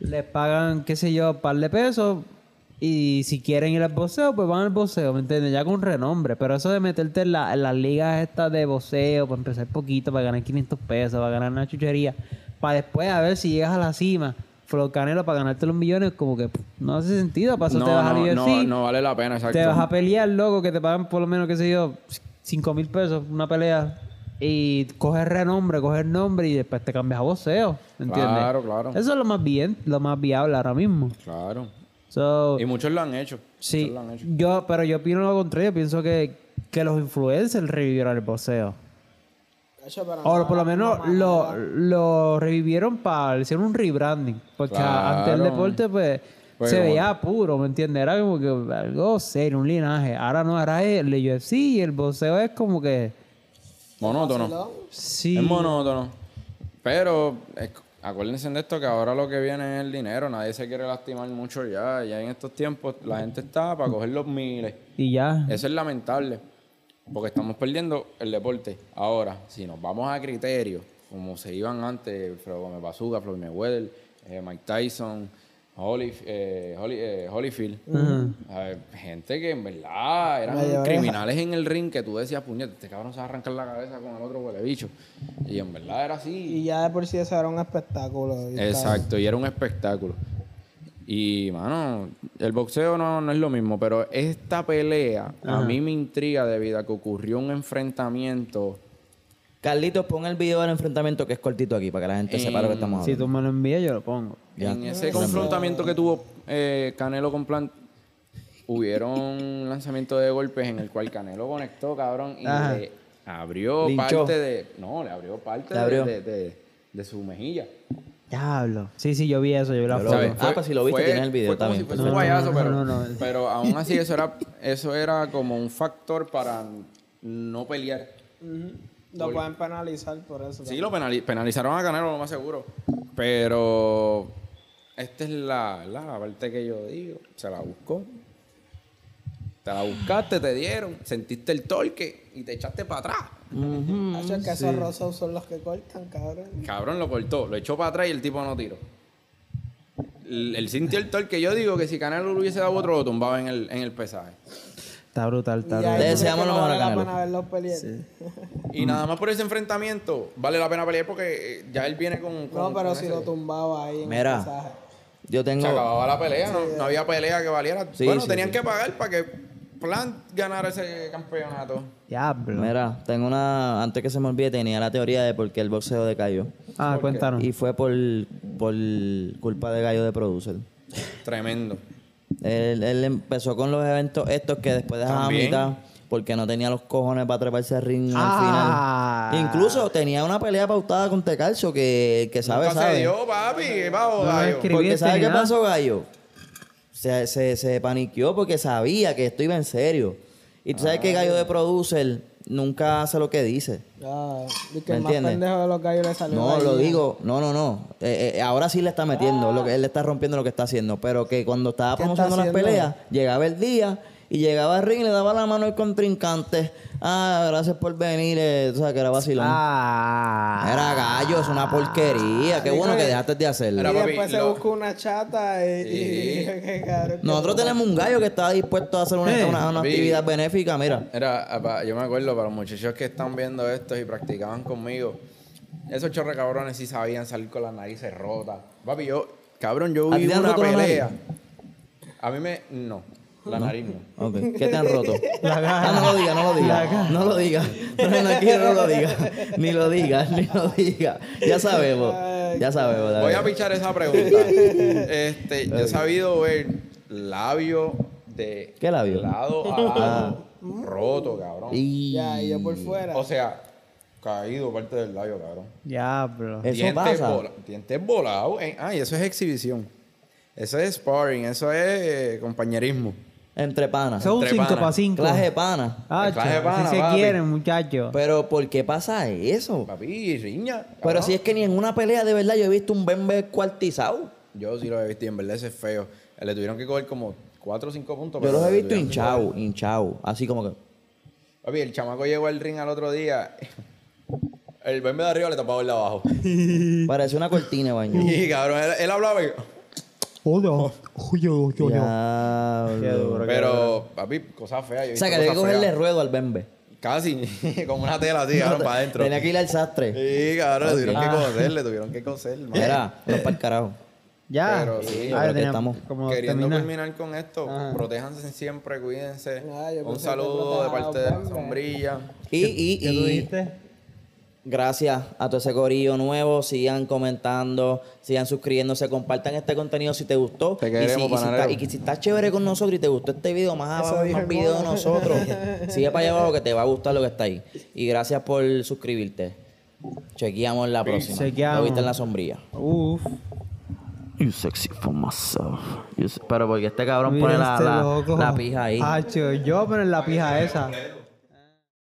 les pagan, qué sé yo, un par de pesos. Y si quieren ir al boxeo, pues van al boxeo, ¿me entiendes? Ya con renombre. Pero eso de meterte en, la- en las ligas estas de boxeo, para empezar poquito, para ganar 500 pesos, para ganar una chuchería, para después a ver si llegas a la cima, Flow Canelo, para ganarte los millones, como que pff, no hace sentido. Para eso
No,
te vas al
no, no,
UFC.
no vale la pena, exacto.
Te vas a pelear, loco, que te pagan por lo menos, qué sé yo, 5 mil pesos una pelea. Y coges renombre, coges nombre y después te cambias a voceo. ¿Entiendes?
Claro, claro.
Eso es lo más bien, lo más viable ahora mismo.
Claro.
So,
Y muchos lo han hecho. Muchos
Oh. sí,
lo han hecho.
yo, pero yo opino lo contrario. Pienso que, que los influencers revivieron el voceo.
Cacho, pero
O
no,
por lo menos
no,
lo, lo revivieron para hacer un rebranding. Porque
Claro.
antes el deporte, pues,
Pues,
se
como-
veía puro, ¿me entiendes? Era como que algo serio, un linaje. Ahora no, ahora es el UFC y el boxeo es como que.
Monótono.
¿no?
Sí.
Es monótono. Pero es- acuérdense de esto que ahora lo que viene es el dinero. Nadie se quiere lastimar mucho ya. Ya en estos tiempos la gente está para coger los miles.
Y ya.
Eso es lamentable. Porque estamos perdiendo el deporte. Ahora, si nos vamos a criterios, como se iban antes, Fredo Gómez Bazooka, Floyd Mayweather, eh, Mike Tyson, Holy, eh, Holy- eh, Holyfield. Eh, gente que en verdad eran
Medio oreja.
criminales en el ring que tú decías, puñete, este cabrón se va a arrancar la cabeza con el otro huele bicho. Y en verdad era
Y
así.
ya de por sí eso era un espectáculo. y
Exacto, y era un espectáculo. Y, mano, el boxeo no, no es lo mismo, pero esta pelea a mí me intriga debido a que ocurrió un enfrentamiento.
Carlitos, pon el video del enfrentamiento que es cortito aquí para que la gente sepa lo que estamos
Si
hablando.
tú me lo envías, yo lo pongo.
Ya.
En ese confrontamiento que tuvo eh, Canelo con Plant, hubieron lanzamiento de golpes en el cual Canelo conectó, cabrón, y
Ajá.
le abrió
Linchó.
parte de. No, le abrió parte
Le abrió.
De, de- de- de su mejilla.
Diablo. Sí, sí, yo vi eso, yo vi la
Yo lo
foto.
vi. Ah, pues si lo viste, tienes el video,
fue
está
como
bien,
si fuese un
perfecto.
guayazo,
No,
pero,
no, no, no.
pero aún así eso era, eso era como un factor para no pelear.
Lo pueden penalizar por eso.
Sí,
cabrón.
lo penali- penalizaron a Canelo, lo más seguro. Pero esta es la, la parte que yo digo. Se la buscó. Te la buscaste, te dieron, sentiste el torque y te echaste para atrás.
Cacho,
Mm,
es que esos rosos son los que cortan, cabrón.
Cabrón, lo cortó, lo echó para atrás y el tipo no tiró. El, el sintió el torque. Yo digo que si Canelo le hubiese dado otro, lo tumbaba en el, en el pesaje.
Está brutal, está
Y ahí
brutal.
Te deseamos
sí que
lo
no
mejor a
vale la
Canelo.
pena verlos pelear.
Y nada más por ese enfrentamiento, vale la pena pelear porque eh, ya él viene con. con-
No, pero
con
si
ese-
lo tumbaba ahí en
Mira.
el pasaje.
Yo tengo...
Se acababa la pelea, no, no había pelea que valiera.
Sí,
bueno,
sí,
tenían
sí.
que pagar para que Plant ganara ese campeonato.
Diablo.
Mira, tengo una... Antes que se me olvide, tenía la teoría de por qué el boxeo decayó.
Ah, cuéntanos.
Y fue por, por culpa de Gallo de Producer.
Tremendo.
Él, él empezó con los eventos estos que después dejaba a
También.
mitad porque no tenía los cojones para treparse al ring
Ah.
al final. Incluso tenía una pelea pautada con Tecalcio que, que sabe,
Nunca
sabe.
se dio, papi. Vamos,
No, no,
gallo.
es que-
Porque
Escribiste
¿sabe
ni
qué
nada.
pasó, Gallo? Se, se, se paniqueó porque sabía que esto iba en serio. Y tú sabes que Gallo de Producer nunca hace lo que dice.
Ah, y que
¿Me
el más
entiendes?
pendejo de los gallos le salió.
No,
ahí.
lo digo, no, no, no. Eh, eh, ahora sí le está metiendo, lo que, él le está rompiendo lo que está haciendo, pero que cuando estaba
¿Qué está
promocionando las
haciendo?
peleas, llegaba el día y llegaba al ring y le daba la mano al contrincante. Ah, gracias por venir, eh, o sea, que era vacilón.
Ah.
Era gallo, es una porquería. Qué bueno que dejaste de hacerlo.
Era-
Y
papi,
después se
lo-
busca una chata y. y- que cabrón, que-
Nosotros tenemos un gallo que está dispuesto a hacer una,
Eh,
una- una
vi.
actividad benéfica, mira.
Era, apa, yo me acuerdo para los muchachos que están viendo esto y practicaban conmigo. Esos chorre cabrones sí sabían salir con las narices rotas. Papi, yo, cabrón, yo
¿A ti
vi
te han
una
roto la nariz?
pelea. A mí me. No, la nariz no.
Ok, ¿Qué te han roto?
La caja.
Ah, no lo diga, no lo
La
diga.
caja.
No lo diga. No, no, aquí no lo diga. Ni lo diga, ni lo diga. Ya sabemos.
de-
Ya sabes, ¿verdad?
Voy a pichar esa pregunta. este, yo he sabido ver labio de
¿Qué labio? Ah.
lado a lado roto, cabrón.
Y...
Ya, y yo por fuera.
O sea, caído parte del labio, cabrón.
Diablo.
Eso
Dientes
pasa.
vola- dientes volados. en- Ay, eso es exhibición. Eso es sparring, eso es eh, compañerismo.
Entre panas.
Son un
Entre
5 para
panas.
5.
Clase de panas.
Ah,
Clase de
chacho,
pana,
así se
papi.
quieren, muchachos.
Pero, ¿por qué pasa eso?
Papi, riña.
Pero
cabrón.
si es que ni en una pelea de verdad yo he visto un Bembe cuartizado.
Yo sí lo he visto y en verdad ese es feo. Le tuvieron que coger como 4 o 5 puntos.
Yo
pero
los he
le
visto
tuvieron que
hinchado,
coger.
hinchado. Así como que.
Papi, el chamaco llegó al ring al otro día. El bembe de arriba le tapaba el de abajo.
Parece una cortina de baño.
Y cabrón, él, él hablaba y...
Qué
Diablo.
duro.
Pero, papi, cosa fea. Yo he
O
visto
sea, que debí
cosa
cogerle
fea.
ruedo al Bembe.
Casi, como una tela así, cabrón, para adentro.
Tenía que ir al sastre.
Sí, cabrón, le tuvieron que
Ah.
coser, le tuvieron que coser. madre.
Era,
Eh,
no para el carajo.
Ya.
Pero sí, yo
Ah,
creo que estamos
teníamos como
Queriendo
terminar.
culminar con esto, protéjanse siempre, cuídense.
Ah, yo
Un
pensé que
saludo de
proteja
parte
a
de
los
la
Bembe.
sombrilla.
Y, y,
¿Qué tú
y-
dijiste?
Gracias a todo ese corillo nuevo. Sigan comentando, sigan suscribiéndose, compartan este contenido si te gustó.
Te
Y
queremos,
si- y, si,
panadero.
está- y que si estás chévere con nosotros y te gustó este video, más
Eso
abajo hay
dijo
más
el
videos de
mono.
nosotros. Sigue para allá abajo que te va a gustar lo que está ahí. Y gracias por suscribirte. Chequeamos la próxima.
Chequeamos.
Lo viste en la sombrilla.
Uf.
You sexy for myself. You se- Pero porque este cabrón
Mira
pone la,
este
la-
loco.
la pija ahí.
Hacho, yo, pero en la pija esa.